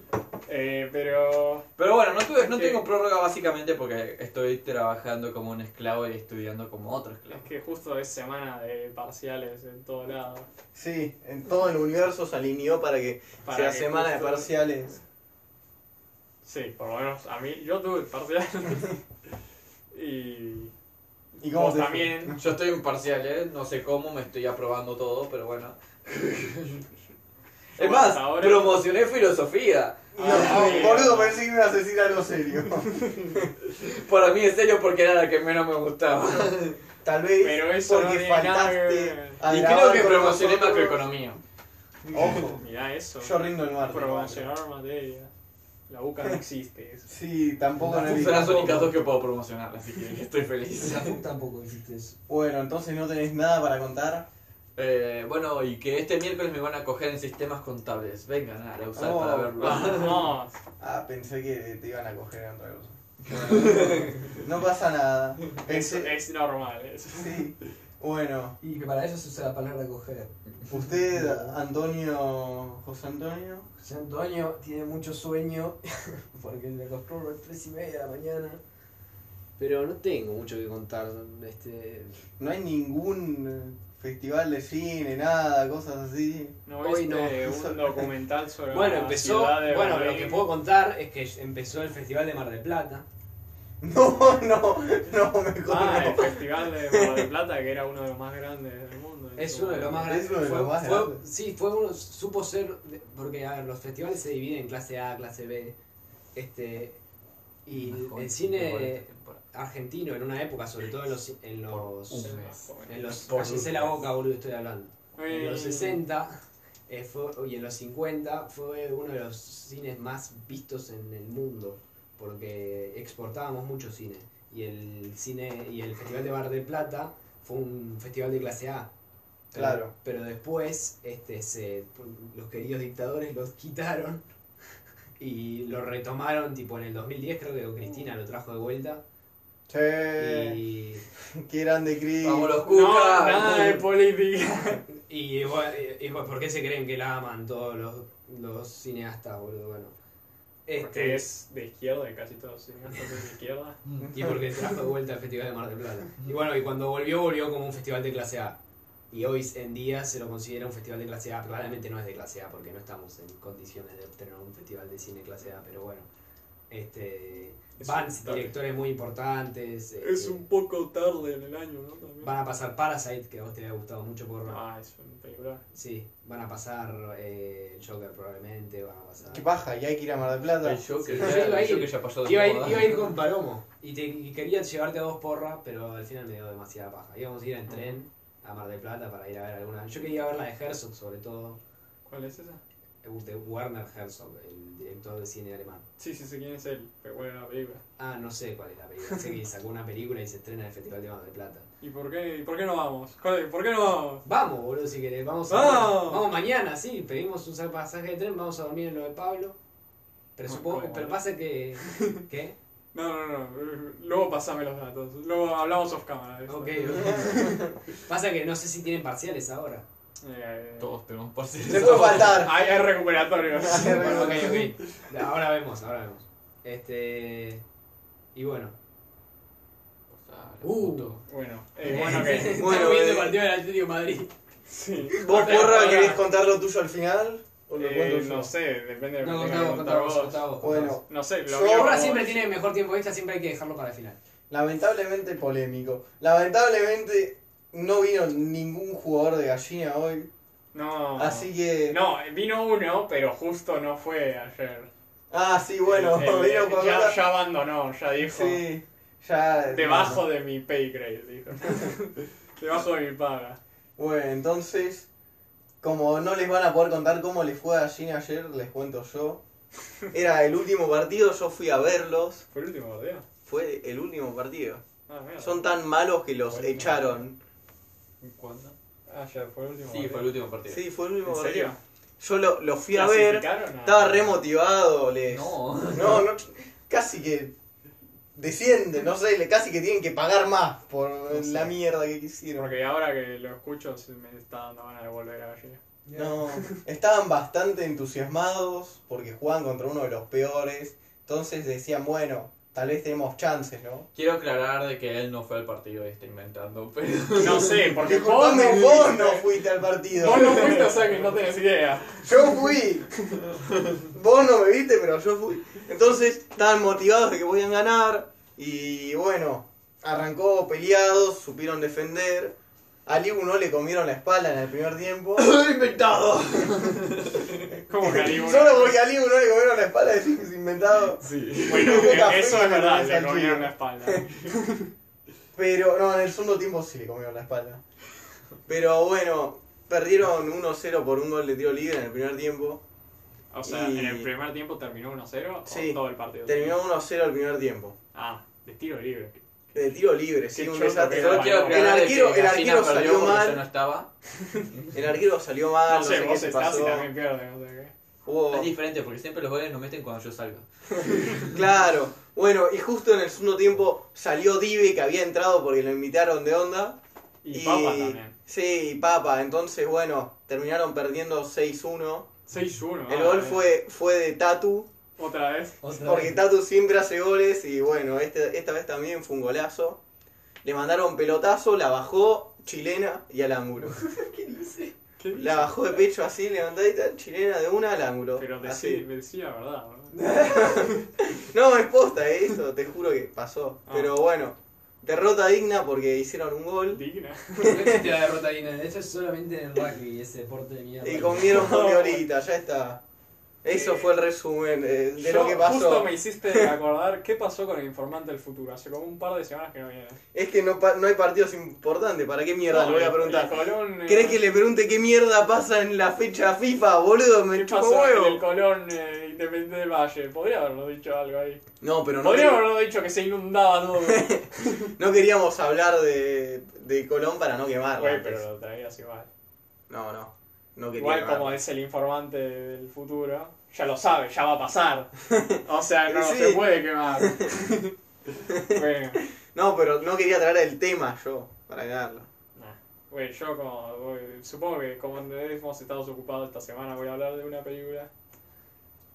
S3: Eh, pero.
S7: Pero bueno, no, tuve, no tengo prórroga básicamente porque estoy trabajando como un esclavo y estudiando como otro esclavo.
S3: Es que justo es semana de parciales en todo lado.
S2: Sí, en todo
S8: Todo el universo se alineó para que
S3: Para
S8: sea
S3: que
S8: semana de
S3: justo-
S8: parciales.
S3: Sí, por lo menos a mí. Yo tuve parciales. y.
S2: ¿Y cómo
S3: vos
S2: te fue?
S3: también.
S7: Yo estoy imparcial, ¿eh? No sé cómo, me estoy aprobando todo, pero bueno. Es más,
S3: Hasta ahora-
S7: promocioné filosofía.
S2: No,
S3: Ah, sí.
S2: boludo, pensé que me ibas a decir algo serio.
S7: Para mí, en serio, porque era la que menos me gustaba.
S2: Tal vez
S3: Pero eso no
S2: porque
S3: tiene nada que
S2: faltaste.
S3: ver.
S2: a
S7: Y creo
S2: grabar
S7: que
S2: con
S7: promocioné
S2: nosotros.
S7: macroeconomía.
S2: Ojo,
S3: Mirá eso.
S2: yo rindo el martes.
S3: Promocionar materia. La UCA no existe. Eso.
S2: Sí, tampoco en el
S7: Son las únicas dos que puedo promocionar, así que estoy feliz.
S5: tampoco hiciste eso.
S2: Bueno, entonces no tenés nada para contar.
S7: Eh, bueno, y que este miércoles me van a coger en sistemas contables. Vengan a usar
S2: Oh.
S7: para verlo.
S3: Vamos.
S2: Ah, pensé que te iban a coger en otra cosa. No pasa nada.
S3: Es,
S2: Pensé-
S3: es normal eh. eso.
S2: Sí. Bueno,
S5: Y que para eso se usa la palabra coger.
S2: usted, Antonio. José Antonio.
S5: José Antonio tiene mucho sueño porque le acostó a las 3 y media de la mañana.
S1: Pero no tengo mucho que contar. Este...
S2: No hay ningún eh, festival de cine, nada, cosas así.
S3: ¿No
S1: Hoy
S3: viste
S2: no.
S3: un documental sobre
S1: Bueno,
S3: la
S1: empezó.
S3: ciudad de
S1: Bueno,
S3: Berlín?
S1: lo que puedo contar es que empezó el Festival de Mar del Plata.
S2: No, no, no, mejor
S3: Ah, el
S2: no.
S3: festival de Mar del Plata, que era uno de los más grandes del mundo. en
S1: Es
S3: su
S1: uno de los más
S2: Es
S1: grandes.
S2: uno de los
S1: fue-
S2: más
S1: fue-
S2: grandes.
S1: Sí, fue uno, supo ser, de- porque a ver, los festivales se dividen en clase A, clase B. Este, y el cine argentino en una época, sobre todo en los, en los, en los cállense la boca, boludo, estoy hablando. En los 60 eh, fue, y en los 50 fue uno de los cines más vistos en el mundo, porque exportábamos mucho cine. Y el cine y el Festival de Bar del Plata fue un festival de clase A.
S2: Claro.
S1: Pero después este, se, los queridos dictadores los quitaron y lo retomaron tipo en el 2010 creo que Cristina lo trajo de vuelta.
S2: Che,
S1: Y,
S2: qué grande Chris.
S7: Vamos los
S3: No,
S7: cucas.
S3: nada
S1: este,
S3: de política.
S1: y, bueno, y, bueno, ¿por qué se creen que la aman todos los, los cineastas, boludo? Bueno.
S3: Porque
S1: Este,
S3: es de izquierda, y casi todos los cineastas son de izquierda.
S1: Y porque trajo de vuelta el Festival de Mar del Plata. Y bueno, y cuando volvió, volvió como un festival de clase A. Y hoy en día se lo considera un festival de clase A. Claramente no es de clase A porque no estamos en condiciones de tener un festival de cine clase A, pero bueno. Este,
S3: Es
S1: van
S3: un target.
S1: directores muy importantes.
S3: Es
S1: este,
S3: un poco tarde en el año, ¿no? También.
S1: Van a pasar Parasite, que a vos te había gustado mucho por...
S3: Ah, es un peligro.
S1: Sí, van a pasar eh, el Joker probablemente, van a pasar...
S2: Qué paja, y hay que ir a Mar del Plata.
S7: El Joker,
S1: Sí,
S7: ya-
S1: yo iba a
S7: el
S1: ir.
S7: Joker ya pasó de
S1: Iba a, ir,
S7: moda.
S1: iba a ir con Palomo y, te, y quería llevarte a dos porras, pero al final me dio demasiada paja. Íbamos a ir en tren a Mar del Plata para ir a ver alguna. Yo quería ver la de Herzog, sobre todo,
S3: ¿Cuál es esa?
S1: de Werner Herzog, el director de cine alemán.
S3: Sí, sí, sé quién es él, pero bueno, la película.
S1: Ah, no sé cuál es la película. sé que sacó una película y se estrena en el Festival de Mar del Plata.
S3: ¿Y por qué, y por qué no vamos? ¿Cuál es? ¿Por qué no vamos?
S1: Vamos, boludo, si querés. Vamos, a-
S3: ¡Vamos!
S1: vamos mañana, sí. Pedimos un pasaje de tren, vamos a dormir en lo de Pablo. Pero,
S3: Bueno,
S1: supongo,
S3: ¿cómo,
S1: pero
S3: eh?
S1: pasa que... ¿Qué?
S3: No, no, no. Luego pasame los datos. Luego hablamos off cámara. de eso.
S1: Ok. pasa que no sé si tienen parciales ahora.
S3: Eh,
S7: Todos tenemos
S2: Se
S7: parciales.
S2: puede faltar.
S3: Hay, hay recuperatorios.
S1: Bueno, ok, ok. Ahora vemos, ahora vemos. Este. Y bueno.
S7: Uh.
S3: Bueno, eh, bueno, ok.
S8: Bueno,
S5: viendo el
S8: eh,
S5: partido del Atlético de Madrid.
S3: Sí.
S2: ¿Vos,
S3: Otra
S2: porra,
S3: palabra.
S2: querés contar lo tuyo al final? ¿O lo
S3: Eh,
S2: cuento yo?
S3: no sé, depende de lo
S1: No,
S3: que tengas que
S1: contá vos, contá
S3: contar
S1: vos,
S3: vos.
S1: contá vos, contá vos.
S2: Bueno,
S3: No sé, lo
S2: Yo-
S3: mío-
S1: Ahora siempre tiene el mejor tiempo extra, siempre hay que dejarlo para el final.
S2: lamentablemente polémico. Lamentablemente no vino ningún jugador de gallina hoy.
S3: No.
S2: Así que.
S3: No, vino uno, pero justo no fue ayer.
S2: Ah, sí, bueno,
S3: El- el-
S2: vino con.
S3: Eh, ya, ya abandonó, ya dijo.
S2: Sí, ya.
S3: Debajo de mi pay grade, dijo. Debajo de mi paga.
S2: Bueno, entonces, como no les van a poder contar cómo les fue a Gallina ayer, les cuento yo.
S8: Era el último partido, yo fui a verlos.
S3: ¿Fue el último día?
S8: Fue el último partido.
S3: Ah, mierda.
S8: Son tan malos que los
S3: Bueno.
S8: echaron.
S3: ¿Cuándo? Ayer Ah, fue el último
S7: Sí, fue el último partido.
S8: Sí, fue el último
S3: ¿En serio?
S8: partido. Yo lo, los fui a ver,
S3: ¿Clasificaron a-
S8: estaba re motivado, les.
S7: No.
S2: No, no, casi que descienden, no sé, le- casi que tienen que pagar más por la mierda que hicieron.
S3: Porque ahora que lo escucho se me está dando ganas de volver a Gallina.
S2: No, estaban bastante entusiasmados porque jugaban contra uno de los peores. Entonces decían, bueno, tal vez tenemos chances, ¿no?
S7: Quiero aclarar de que él no fue al partido y está inventando, pero.
S3: No sé, porque vos no
S2: Disculpame,
S3: fuiste.
S2: vos no fuiste al partido.
S3: Vos no fuiste, o sea que no tenés idea.
S2: Yo fui.
S8: Vos no me viste, pero yo fui. Entonces, estaban motivados de que podían ganar.
S2: Y bueno, arrancó peleados, supieron defender. A Libu no le comieron la espalda en el primer tiempo.
S7: inventado!
S3: Como que alguno-
S2: Solo porque a Libu no le comieron la espalda decís que es inventado.
S7: Sí.
S3: Bueno, eh,
S2: Nunca
S3: eso
S2: fui
S3: es verdad,
S2: con esa
S3: le comieron
S2: chica.
S3: la espalda.
S2: Pero no, en el segundo tiempo sí le comieron la espalda.
S8: Pero bueno, perdieron 1-0 por un gol de tiro libre en el primer tiempo.
S3: O sea,
S8: Y-
S3: en el primer tiempo terminó 1-0
S8: Sí,
S3: o todo el partido.
S8: Terminó 1-0 el primer tiempo.
S3: Ah, de tiro libre.
S8: De tiro libre, sí,
S3: Qué
S8: un
S3: choto
S8: desastre.
S3: que era,
S8: Solo quiero
S3: boludo.
S8: aclarar El
S7: de
S8: arquero,
S7: que
S8: el
S7: Gallina
S8: arquero
S7: perdió
S8: salió
S7: porque Yo no
S8: mal.
S7: estaba.
S8: El arquero salió mal,
S3: No sé,
S8: Ah, qué
S3: vos
S8: se
S3: estás y
S8: pasó.
S3: también pierdes, no sé qué.
S8: Hubo-
S7: Es diferente porque siempre los goles nos meten cuando yo salgo.
S8: Claro. Bueno, y justo en el segundo tiempo salió Dive que había entrado porque lo invitaron de onda.
S3: Y, Papa también.
S8: Sí, y Papa. Entonces, bueno, terminaron perdiendo 6-1.
S3: 6-1.
S8: El
S3: ah,
S8: gol
S3: eh.
S8: fue, fue de Tatu,
S3: Otra vez.
S8: porque Tatu siempre hace goles y bueno, este- esta vez también fue un golazo. Le mandaron pelotazo, la bajó chilena y al ángulo.
S3: ¿Qué
S8: La bajó de pecho así, levantadita, chilena de una al ángulo.
S3: Pero
S8: así.
S3: decí, decía la verdad, ¿no?
S8: No, es posta eh, esto, te juro que pasó.
S3: Ah.
S8: Pero bueno, derrota digna porque hicieron un gol
S3: Digna.
S1: No existe la derrota digna, eso es solamente en el rugby, ese deporte de mierda.
S8: y comieron un de horita, ya está.
S2: Eso fue el resumen eh, de,
S3: Yo
S2: lo que pasó.
S3: Justo me hiciste acordar qué pasó con el informante del futuro. Hace como un par de semanas que no viene.
S2: Es que no, pa- no hay partidos importantes, ¿para qué mierda le
S3: No,
S2: voy
S3: el-
S2: a preguntar?
S3: el Colón, eh,
S2: ¿Crees que le pregunte qué mierda pasa en la fecha FIFA, boludo? Me
S3: ¿Qué
S2: chupa
S3: pasó en el
S2: huevo.
S3: Colón eh, Independiente del Valle? Podría habernos dicho algo ahí.
S2: No, pero no,
S3: Podría
S2: queríamos-
S3: habernos dicho que se inundaba todo. Güey,
S2: no queríamos hablar de, de Colón para no quemarla.
S3: pero lo traías igual.
S2: No, no. No quería
S3: Igual
S2: quemarla.
S3: como es el informante del futuro, ya lo sabe, ya va a pasar. O sea, no
S2: Sí.
S3: se puede quemar. Bueno,
S2: No, pero no quería traer el tema yo para quemarlo.
S3: nah. Güey, yo como, voy- supongo que como hemos estado ocupados esta semana voy a hablar de una película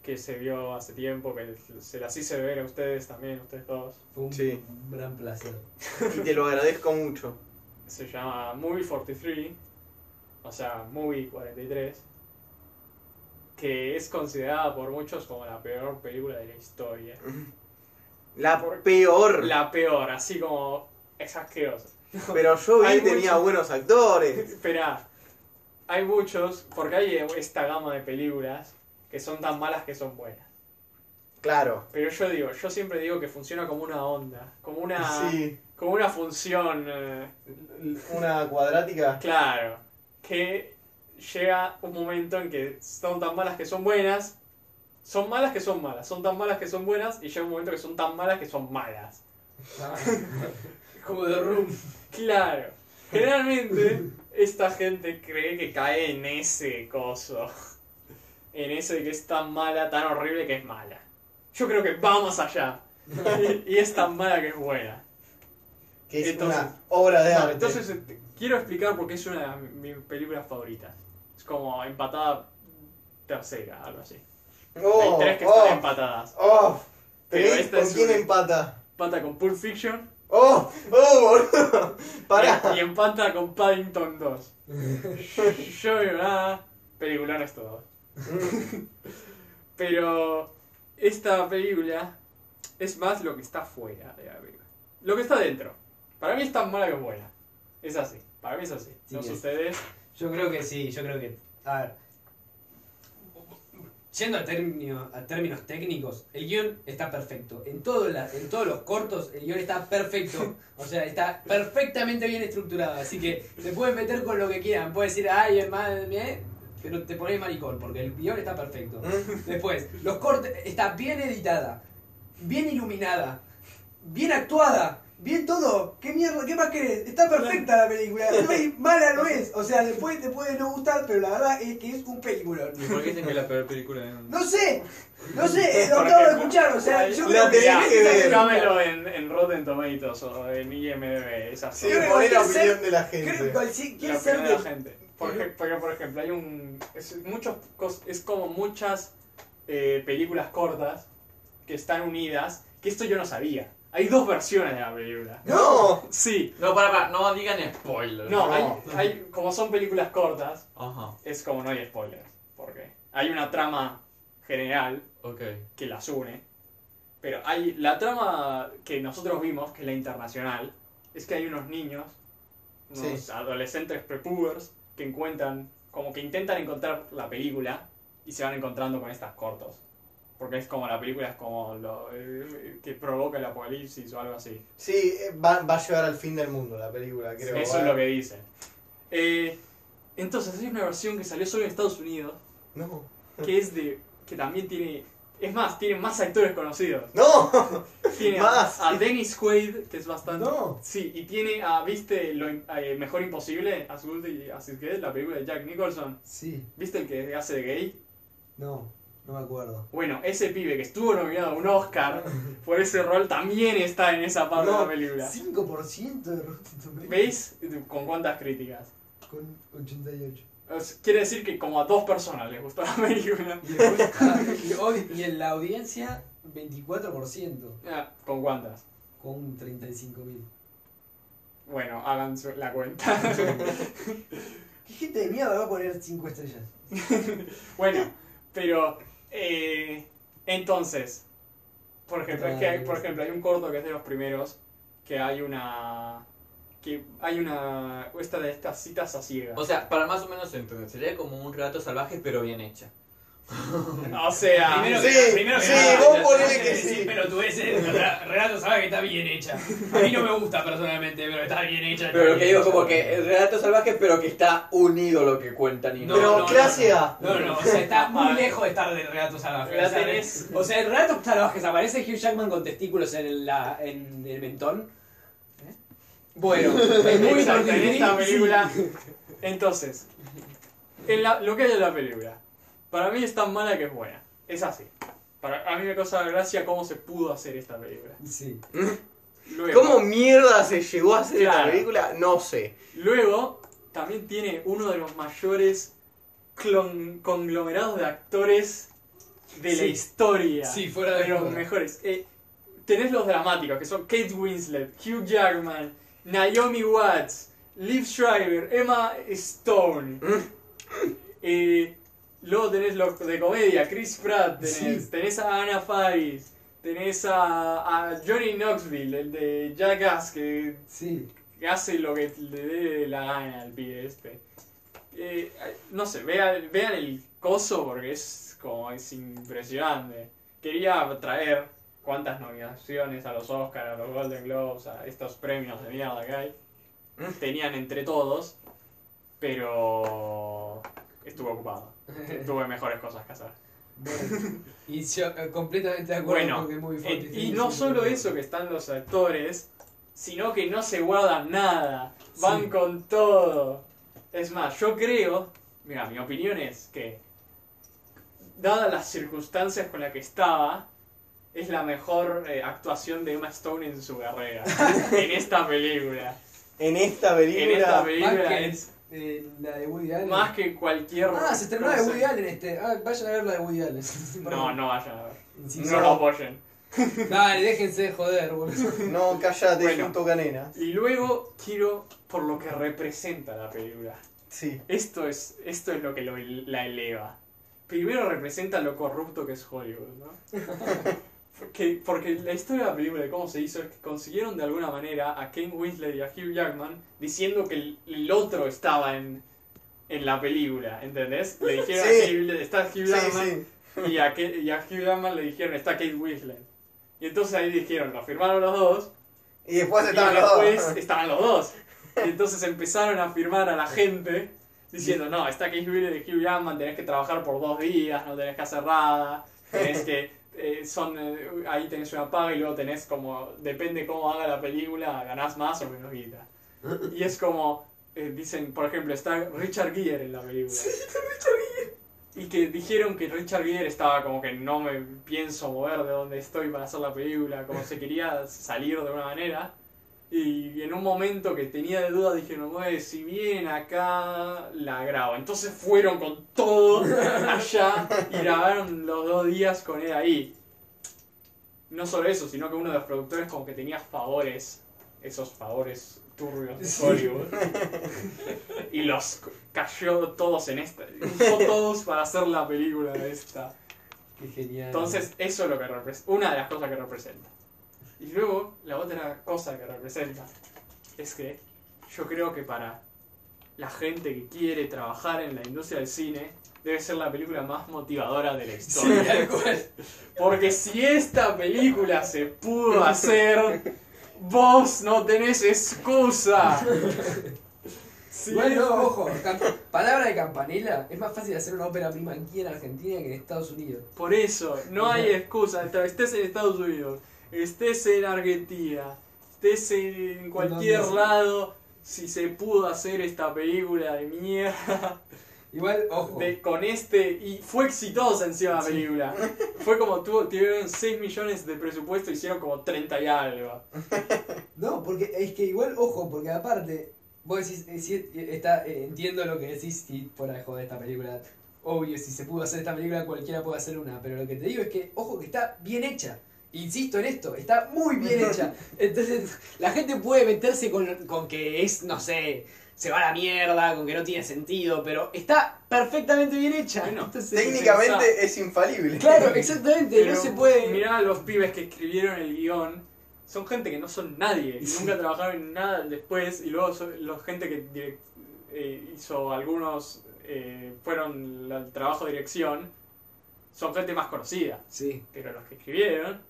S3: que se vio hace tiempo, que se las hice ver a ustedes también, ustedes dos.
S5: Fue un
S2: Sí.
S5: gran placer.
S2: Y te lo agradezco mucho.
S3: se llama Movie 43, o sea, Movie 43, que es considerada por muchos como la peor película de la historia.
S2: La
S3: Por-
S2: peor.
S3: La peor, así como es asquerosa.
S2: Pero yo
S3: Hay
S2: vi tenía
S3: mucho-
S2: buenos actores.
S3: Espera, hay muchos, porque hay esta gama de películas que son tan malas que son buenas.
S2: Claro.
S3: Pero yo digo, yo siempre digo que funciona como una onda, como una,
S10: Sí,
S3: como una función. eh,
S10: una cuadrática.
S3: Claro, que llega un momento en que son tan malas que son buenas, son malas que son malas, son tan malas que son buenas y llega un momento que son tan malas que son malas.
S5: Como de Room.
S3: Claro, generalmente esta gente cree que cae en ese coso, en eso de que es tan mala, tan horrible que es mala. Yo creo que va más allá y, y es tan mala que es buena.
S10: Que es
S3: Entonces-
S10: una obra de
S3: No,
S10: arte.
S3: entonces este, quiero explicar por qué es una de las- mis películas favoritas. Es como empatada tercera, algo así. Hay
S10: oh,
S3: tres que
S10: oh,
S3: están empatadas.
S10: oh.
S3: Pero
S10: ¿Tres?
S3: esta
S10: ¿Con
S3: es
S10: quién
S3: una-
S10: empata?
S3: Empata con Pulp Fiction
S10: ¡Oh! ¡Oh, boludo! Pará.
S3: y, y empata con Paddington 2. Yo digo "Ah, nada, peliculares todos. Pero esta película es más lo que está fuera de la película. Lo que está dentro. Para mí es tan mala que es buena. Es así. Para mí es así.
S5: Sí,
S3: no sé
S5: es.
S3: ustedes.
S5: Yo creo que sí, yo creo que. A ver. Yendo a, término- a términos técnicos, el guión está perfecto. En, todo la- en todos los cortos, el guión está perfecto. O sea, está perfectamente bien estructurado. Así que se pueden meter con lo que quieran. Pueden decir, ay, es mal, eh", pero te pones maricón, porque el guión está perfecto. Después, los cortes, está bien editada, bien iluminada, bien actuada, bien todo. ¿Qué mierda? ¿Qué más querés? Está perfecta la película. No es mala, no es. O sea, después te puede no gustar, pero la verdad es que es un película.
S7: ¿Y por qué dicen que es la peor película?
S5: No sé, no sé, lo
S3: Por
S5: acabo de
S3: ejemplo.
S5: escuchar. O sea, yo
S2: La
S5: creo que.
S2: tenés que ver.
S3: Búscamelo en, en Rotten Tomatoes o en IMDb, esas
S10: Sí,
S5: creo
S3: cosas.
S10: poné
S5: que
S10: la
S5: cualquier
S10: opinión de la
S5: Creo
S10: gente.
S5: que si
S3: La
S5: quiere
S3: opinión
S5: ser
S3: de la
S5: de.
S3: gente. Por ej- Porque, por ejemplo, hay un. Es, muchos, cos- es como muchas eh, películas cortas que están unidas, que esto yo no sabía. Hay dos versiones de la película.
S10: ¡No!
S3: Sí,
S7: No, para, para, no digan spoiler.
S3: no,
S10: No.
S3: hay, hay- como son películas cortas,
S7: Ajá,
S3: es como no hay spoilers. Porque hay una trama general
S7: ok.
S3: que las une. Pero hay la trama que nosotros vimos, que es la internacional, es que hay unos niños, unos adolescentes prepubers, que encuentran, como que intentan encontrar la película y se van encontrando con estas cortos. Porque es como la película es como lo eh, que provoca el apocalipsis o algo así.
S10: Sí, eh, va, va a llevar al fin del mundo la película, creo.
S3: Eso es lo que dicen. Eh, entonces hay una versión que salió solo en Estados Unidos,
S10: No.
S3: que es de. que también tiene. Es más, tiene más actores conocidos.
S10: ¡No!
S3: Tiene
S10: Más.
S3: a Dennis Quaid, que es bastante.
S10: No.
S3: Sí, y tiene a, ¿viste lo in- eh, Mejor Imposible? As Good y- As It Gets, la película de Jack Nicholson.
S5: Sí,
S3: ¿Viste el que hace de gay?
S5: no, no me acuerdo.
S3: Bueno, ese pibe que estuvo nominado a un Oscar por ese rol también está en esa parte
S10: No,
S3: de la película.
S5: 5% de Rotten Tomatoes
S3: ¿Veis con cuántas críticas?
S5: con 88.
S3: Es- Quiere decir que como a dos personas les gustó la película.
S5: Y, después- y hoy- y en la audiencia, 24%
S3: Ah, ¿Con cuántas?
S5: con 35.000.
S3: Bueno, hagan su- la cuenta.
S5: ¿Qué gente de mierda va a poner 5 estrellas?
S3: Bueno, pero eh, entonces, por ejemplo, es que hay, por ejemplo, hay un corto que es de los primeros, que hay una que hay una esta de estas citas a ciegas.
S7: O sea, para más o menos entender, sería como un relato salvaje pero bien hecha.
S3: O sea,
S1: Primero,
S2: Sí,
S1: que- primero
S2: sí,
S1: que nada,
S2: vos
S1: la-
S2: ponele
S1: la-
S2: que
S1: sí,
S2: sí.
S1: Pero tú ese, o sea, Renato sabe que está bien hecha. A mí no me gusta personalmente, pero está bien hecha. está
S7: Pero lo que
S1: bien
S7: digo,
S1: hecha.
S7: como que el relato salvaje, pero que está unido lo que cuentan y no.
S2: Pero
S1: no,
S2: clase
S1: no,
S2: A.
S1: No, no, o sea, está muy lejos de estar del relato salvaje.
S3: La
S1: o sea, de-
S3: tenés.
S1: O sea, el relato salvaje se aparece Hugh Jackman con testículos en, el- la, en el mentón. Bueno, es muy
S3: Exacto, en esta
S1: torticerí, sí.
S3: película. Entonces, en la- lo que hay en la película, para mí es tan mala que es buena. Es así. Para, a mí me causa gracia cómo se pudo hacer esta película.
S1: Sí.
S3: Luego,
S8: ¿Cómo mierda se llegó a hacer esta
S3: Claro.
S8: película? No sé.
S3: luego, también tiene uno de los mayores clon- conglomerados de actores de la
S5: Sí.
S3: historia.
S5: Sí, fuera de
S3: de los
S5: joda.
S3: mejores. Eh, tenés los dramáticos, que son Kate Winslet, Hugh Jackman, Naomi Watts, Liv Schreiber, Emma Stone.
S5: Mm.
S3: Eh, luego tenés los de comedia, Chris Pratt, tenés, tenés a Anna Faris, tenés a, a Johnny Knoxville, el de Jackass, que, que hace lo que le dé la gana al pibe este. Eh, no sé, vean, vean el coso porque es como es impresionante quería traer cuántas nominaciones a los Oscars, a los Golden Globes, a estos premios de mierda que hay. Tenían entre todos, pero estuve ocupado. Tuve mejores cosas que hacer.
S5: Y yo eh, completamente de acuerdo
S3: Bueno,
S5: con que es muy fuerte.
S3: Eh, y no solo eso que están los actores, sino que no se guardan nada, van con todo. Es más, yo creo, mira, mi opinión es que, dadas las circunstancias con las que estaba, es la mejor eh, actuación de Emma Stone en su carrera, en esta película.
S8: En esta
S3: En
S8: película.
S3: esta
S5: Más
S3: película
S5: que
S3: es
S5: eh, la de Woody Allen.
S3: más que cualquier...
S5: Ah, se estrenó la de
S3: cosa.
S5: Woody Allen este. Ah, vayan a ver la de Woody Allen.
S3: No, no vayan a ver.
S5: Sí,
S3: No
S5: sí.
S3: lo apoyen.
S5: Dale, déjense de joder, boludo.
S2: No, cállate,
S3: Bueno.
S2: junto canena.
S3: Y luego quiero por lo que representa la película.
S2: Sí.
S3: Esto es, esto es lo que lo- la eleva. Primero representa lo corrupto que es Hollywood, ¿no? porque, porque la historia de la película, de cómo se hizo, es que consiguieron de alguna manera a Ken Winslet y a Hugh Jackman diciendo que el, el otro estaba en, en la película, ¿entendés? Le dijeron a
S2: Sí.
S3: Hugh- está Hugh
S2: Sí,
S3: Jackman
S2: sí.
S3: y a, Ke- y a Hugh Jackman le dijeron está Kate Winslet. Y entonces ahí dijeron, lo firmaron los dos
S2: Y después
S3: y
S2: estaban los
S3: después
S2: dos.
S3: estaban los dos. Y entonces empezaron a firmar a la gente diciendo, no, está que de Hugh Jackman, tenés que trabajar por dos días, no tenés que hacer nada, tenés que... eh, son eh, Ahí tenés una paga y luego tenés como... Depende cómo haga la película, ganás más o menos guita. Y es como... eh, dicen, por ejemplo, está Richard Gere en la película. Y que dijeron que Richard Gere estaba como que no me pienso mover de donde estoy para hacer la película, como se quería salir de una manera. Y en un momento que tenía de duda dijeron, "Güey, si vienen acá, la grabo. Entonces fueron con todo allá y grabaron los dos días con él ahí. No solo eso, sino que uno de los productores como que tenía favores, esos favores turbios de Hollywood. y los c- cayó todos en esta, usó todos para hacer la película de esta.
S5: Qué genial.
S3: Entonces, eso es lo que representa, una de las cosas que representa. Y luego, la otra cosa que representa es que yo creo que para la gente que quiere trabajar en la industria del cine, debe ser la película más motivadora de la historia. Porque si esta película se pudo hacer, vos no tenés excusa. Si
S5: Bueno, ojo, cam- palabra de campanela, es más fácil hacer una ópera prima aquí en Argentina que en Estados Unidos.
S3: Por eso, no hay excusa. Tra- Estés en Estados Unidos, estés en Argentina, estés en cualquier
S5: Donde sea.
S3: lado, si se pudo hacer esta película de mierda
S5: Igual, ojo.
S3: de- con este. Y fue exitosa encima la película. Fue como tuvo, tuvieron 6 millones de presupuesto y hicieron como 30 y algo.
S5: No, porque es que igual, ojo, porque aparte, vos decís, eh, si- eh, está, eh, entiendo lo que decís, y fuera de joder esta película, obvio, si se pudo hacer esta película, cualquiera puede hacer una, pero lo que te digo es que, ojo, que está bien hecha. Insisto en esto, está muy bien hecha.
S1: Entonces, la gente puede meterse con, con que es, no sé, se va a la mierda, con que no tiene sentido, pero está perfectamente bien hecha.
S3: Bueno,
S1: Entonces,
S2: Técnicamente es infalible.
S1: Claro, exactamente, no se puede.
S3: Mirá a los pibes que escribieron el guión. Son gente que no son nadie. Y nunca trabajaron en nada después. Y luego son los gente que direc- eh, hizo algunos. eh, fueron al trabajo de dirección. son gente más conocida.
S1: Sí.
S3: Pero los que escribieron,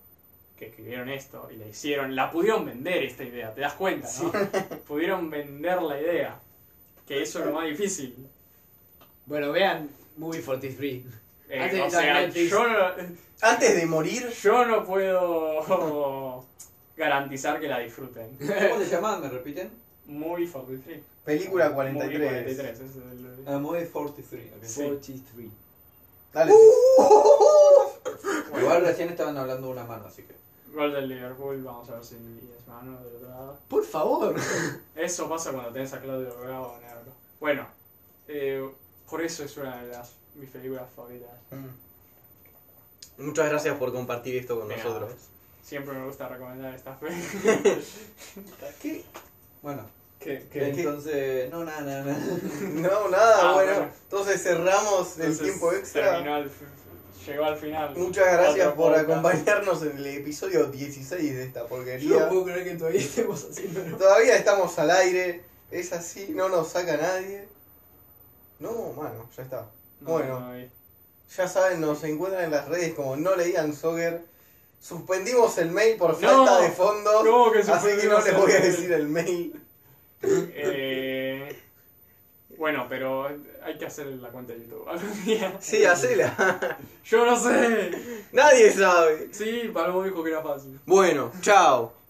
S3: que escribieron esto y la hicieron, la pudieron vender esta idea, te das cuenta, ¿no? Pudieron vender la idea. Que eso es lo más difícil.
S1: Bueno, vean Movie 43.
S3: Eh,
S1: Antes de entrar
S3: o
S1: en
S3: sea,
S1: Netflix.
S3: yo no,
S2: Antes de morir,
S3: yo no puedo garantizar que la disfruten.
S4: ¿Cómo se llama? ¿Me repiten?
S3: Muy 43.
S2: película
S3: Movie
S2: 43.
S3: 43, ese es el-
S4: Ah, Movie 43. ok.
S3: Sí.
S1: 43.
S2: Dale.
S3: Uh. Bueno,
S4: Igual recién estaban hablando de una mano, así que.
S3: gol del Liverpool, vamos a ver si es mano del otro lado.
S1: Por favor.
S3: Eso pasa cuando tenés a Claudio Bravo en negro. Bueno, eh, por eso es una de las mis películas favoritas.
S2: Mm.
S8: Muchas gracias por compartir esto con
S3: De nada.
S8: nosotros.
S3: Siempre me gusta recomendar estas películas.
S4: ¿Qué? Bueno,
S3: que, que-
S4: entonces. No, nada, nada, nada.
S2: No, nada,
S3: Ah,
S2: bueno.
S3: bueno.
S2: Entonces cerramos el
S3: entonces
S2: tiempo extra.
S3: terminó al fi- llegó al final.
S2: Muchas gracias
S3: Otro
S2: por
S3: podcast.
S2: acompañarnos en el episodio 16 de esta
S1: Yo no
S2: porquería.
S1: puedo creer que todavía estemos haciéndolo.
S2: Todavía estamos al aire. Es así, no nos saca nadie. No, mano, ya está.
S3: No,
S2: Bueno.
S3: no, y-
S2: Ya saben, nos encuentran en las redes como no leían Soccer. Suspendimos el mail por falta
S3: No.
S2: de fondos.
S3: ¿Cómo que
S2: así que no
S3: suspendimos
S2: les
S3: el
S2: voy a
S3: mail?
S2: decir el mail.
S3: Eh, bueno, pero hay que hacer la cuenta de YouTube algún día.
S8: Sí, hacela.
S3: Yo no sé.
S8: Nadie sabe.
S3: Sí, Palmo dijo que era fácil.
S8: Bueno, chao.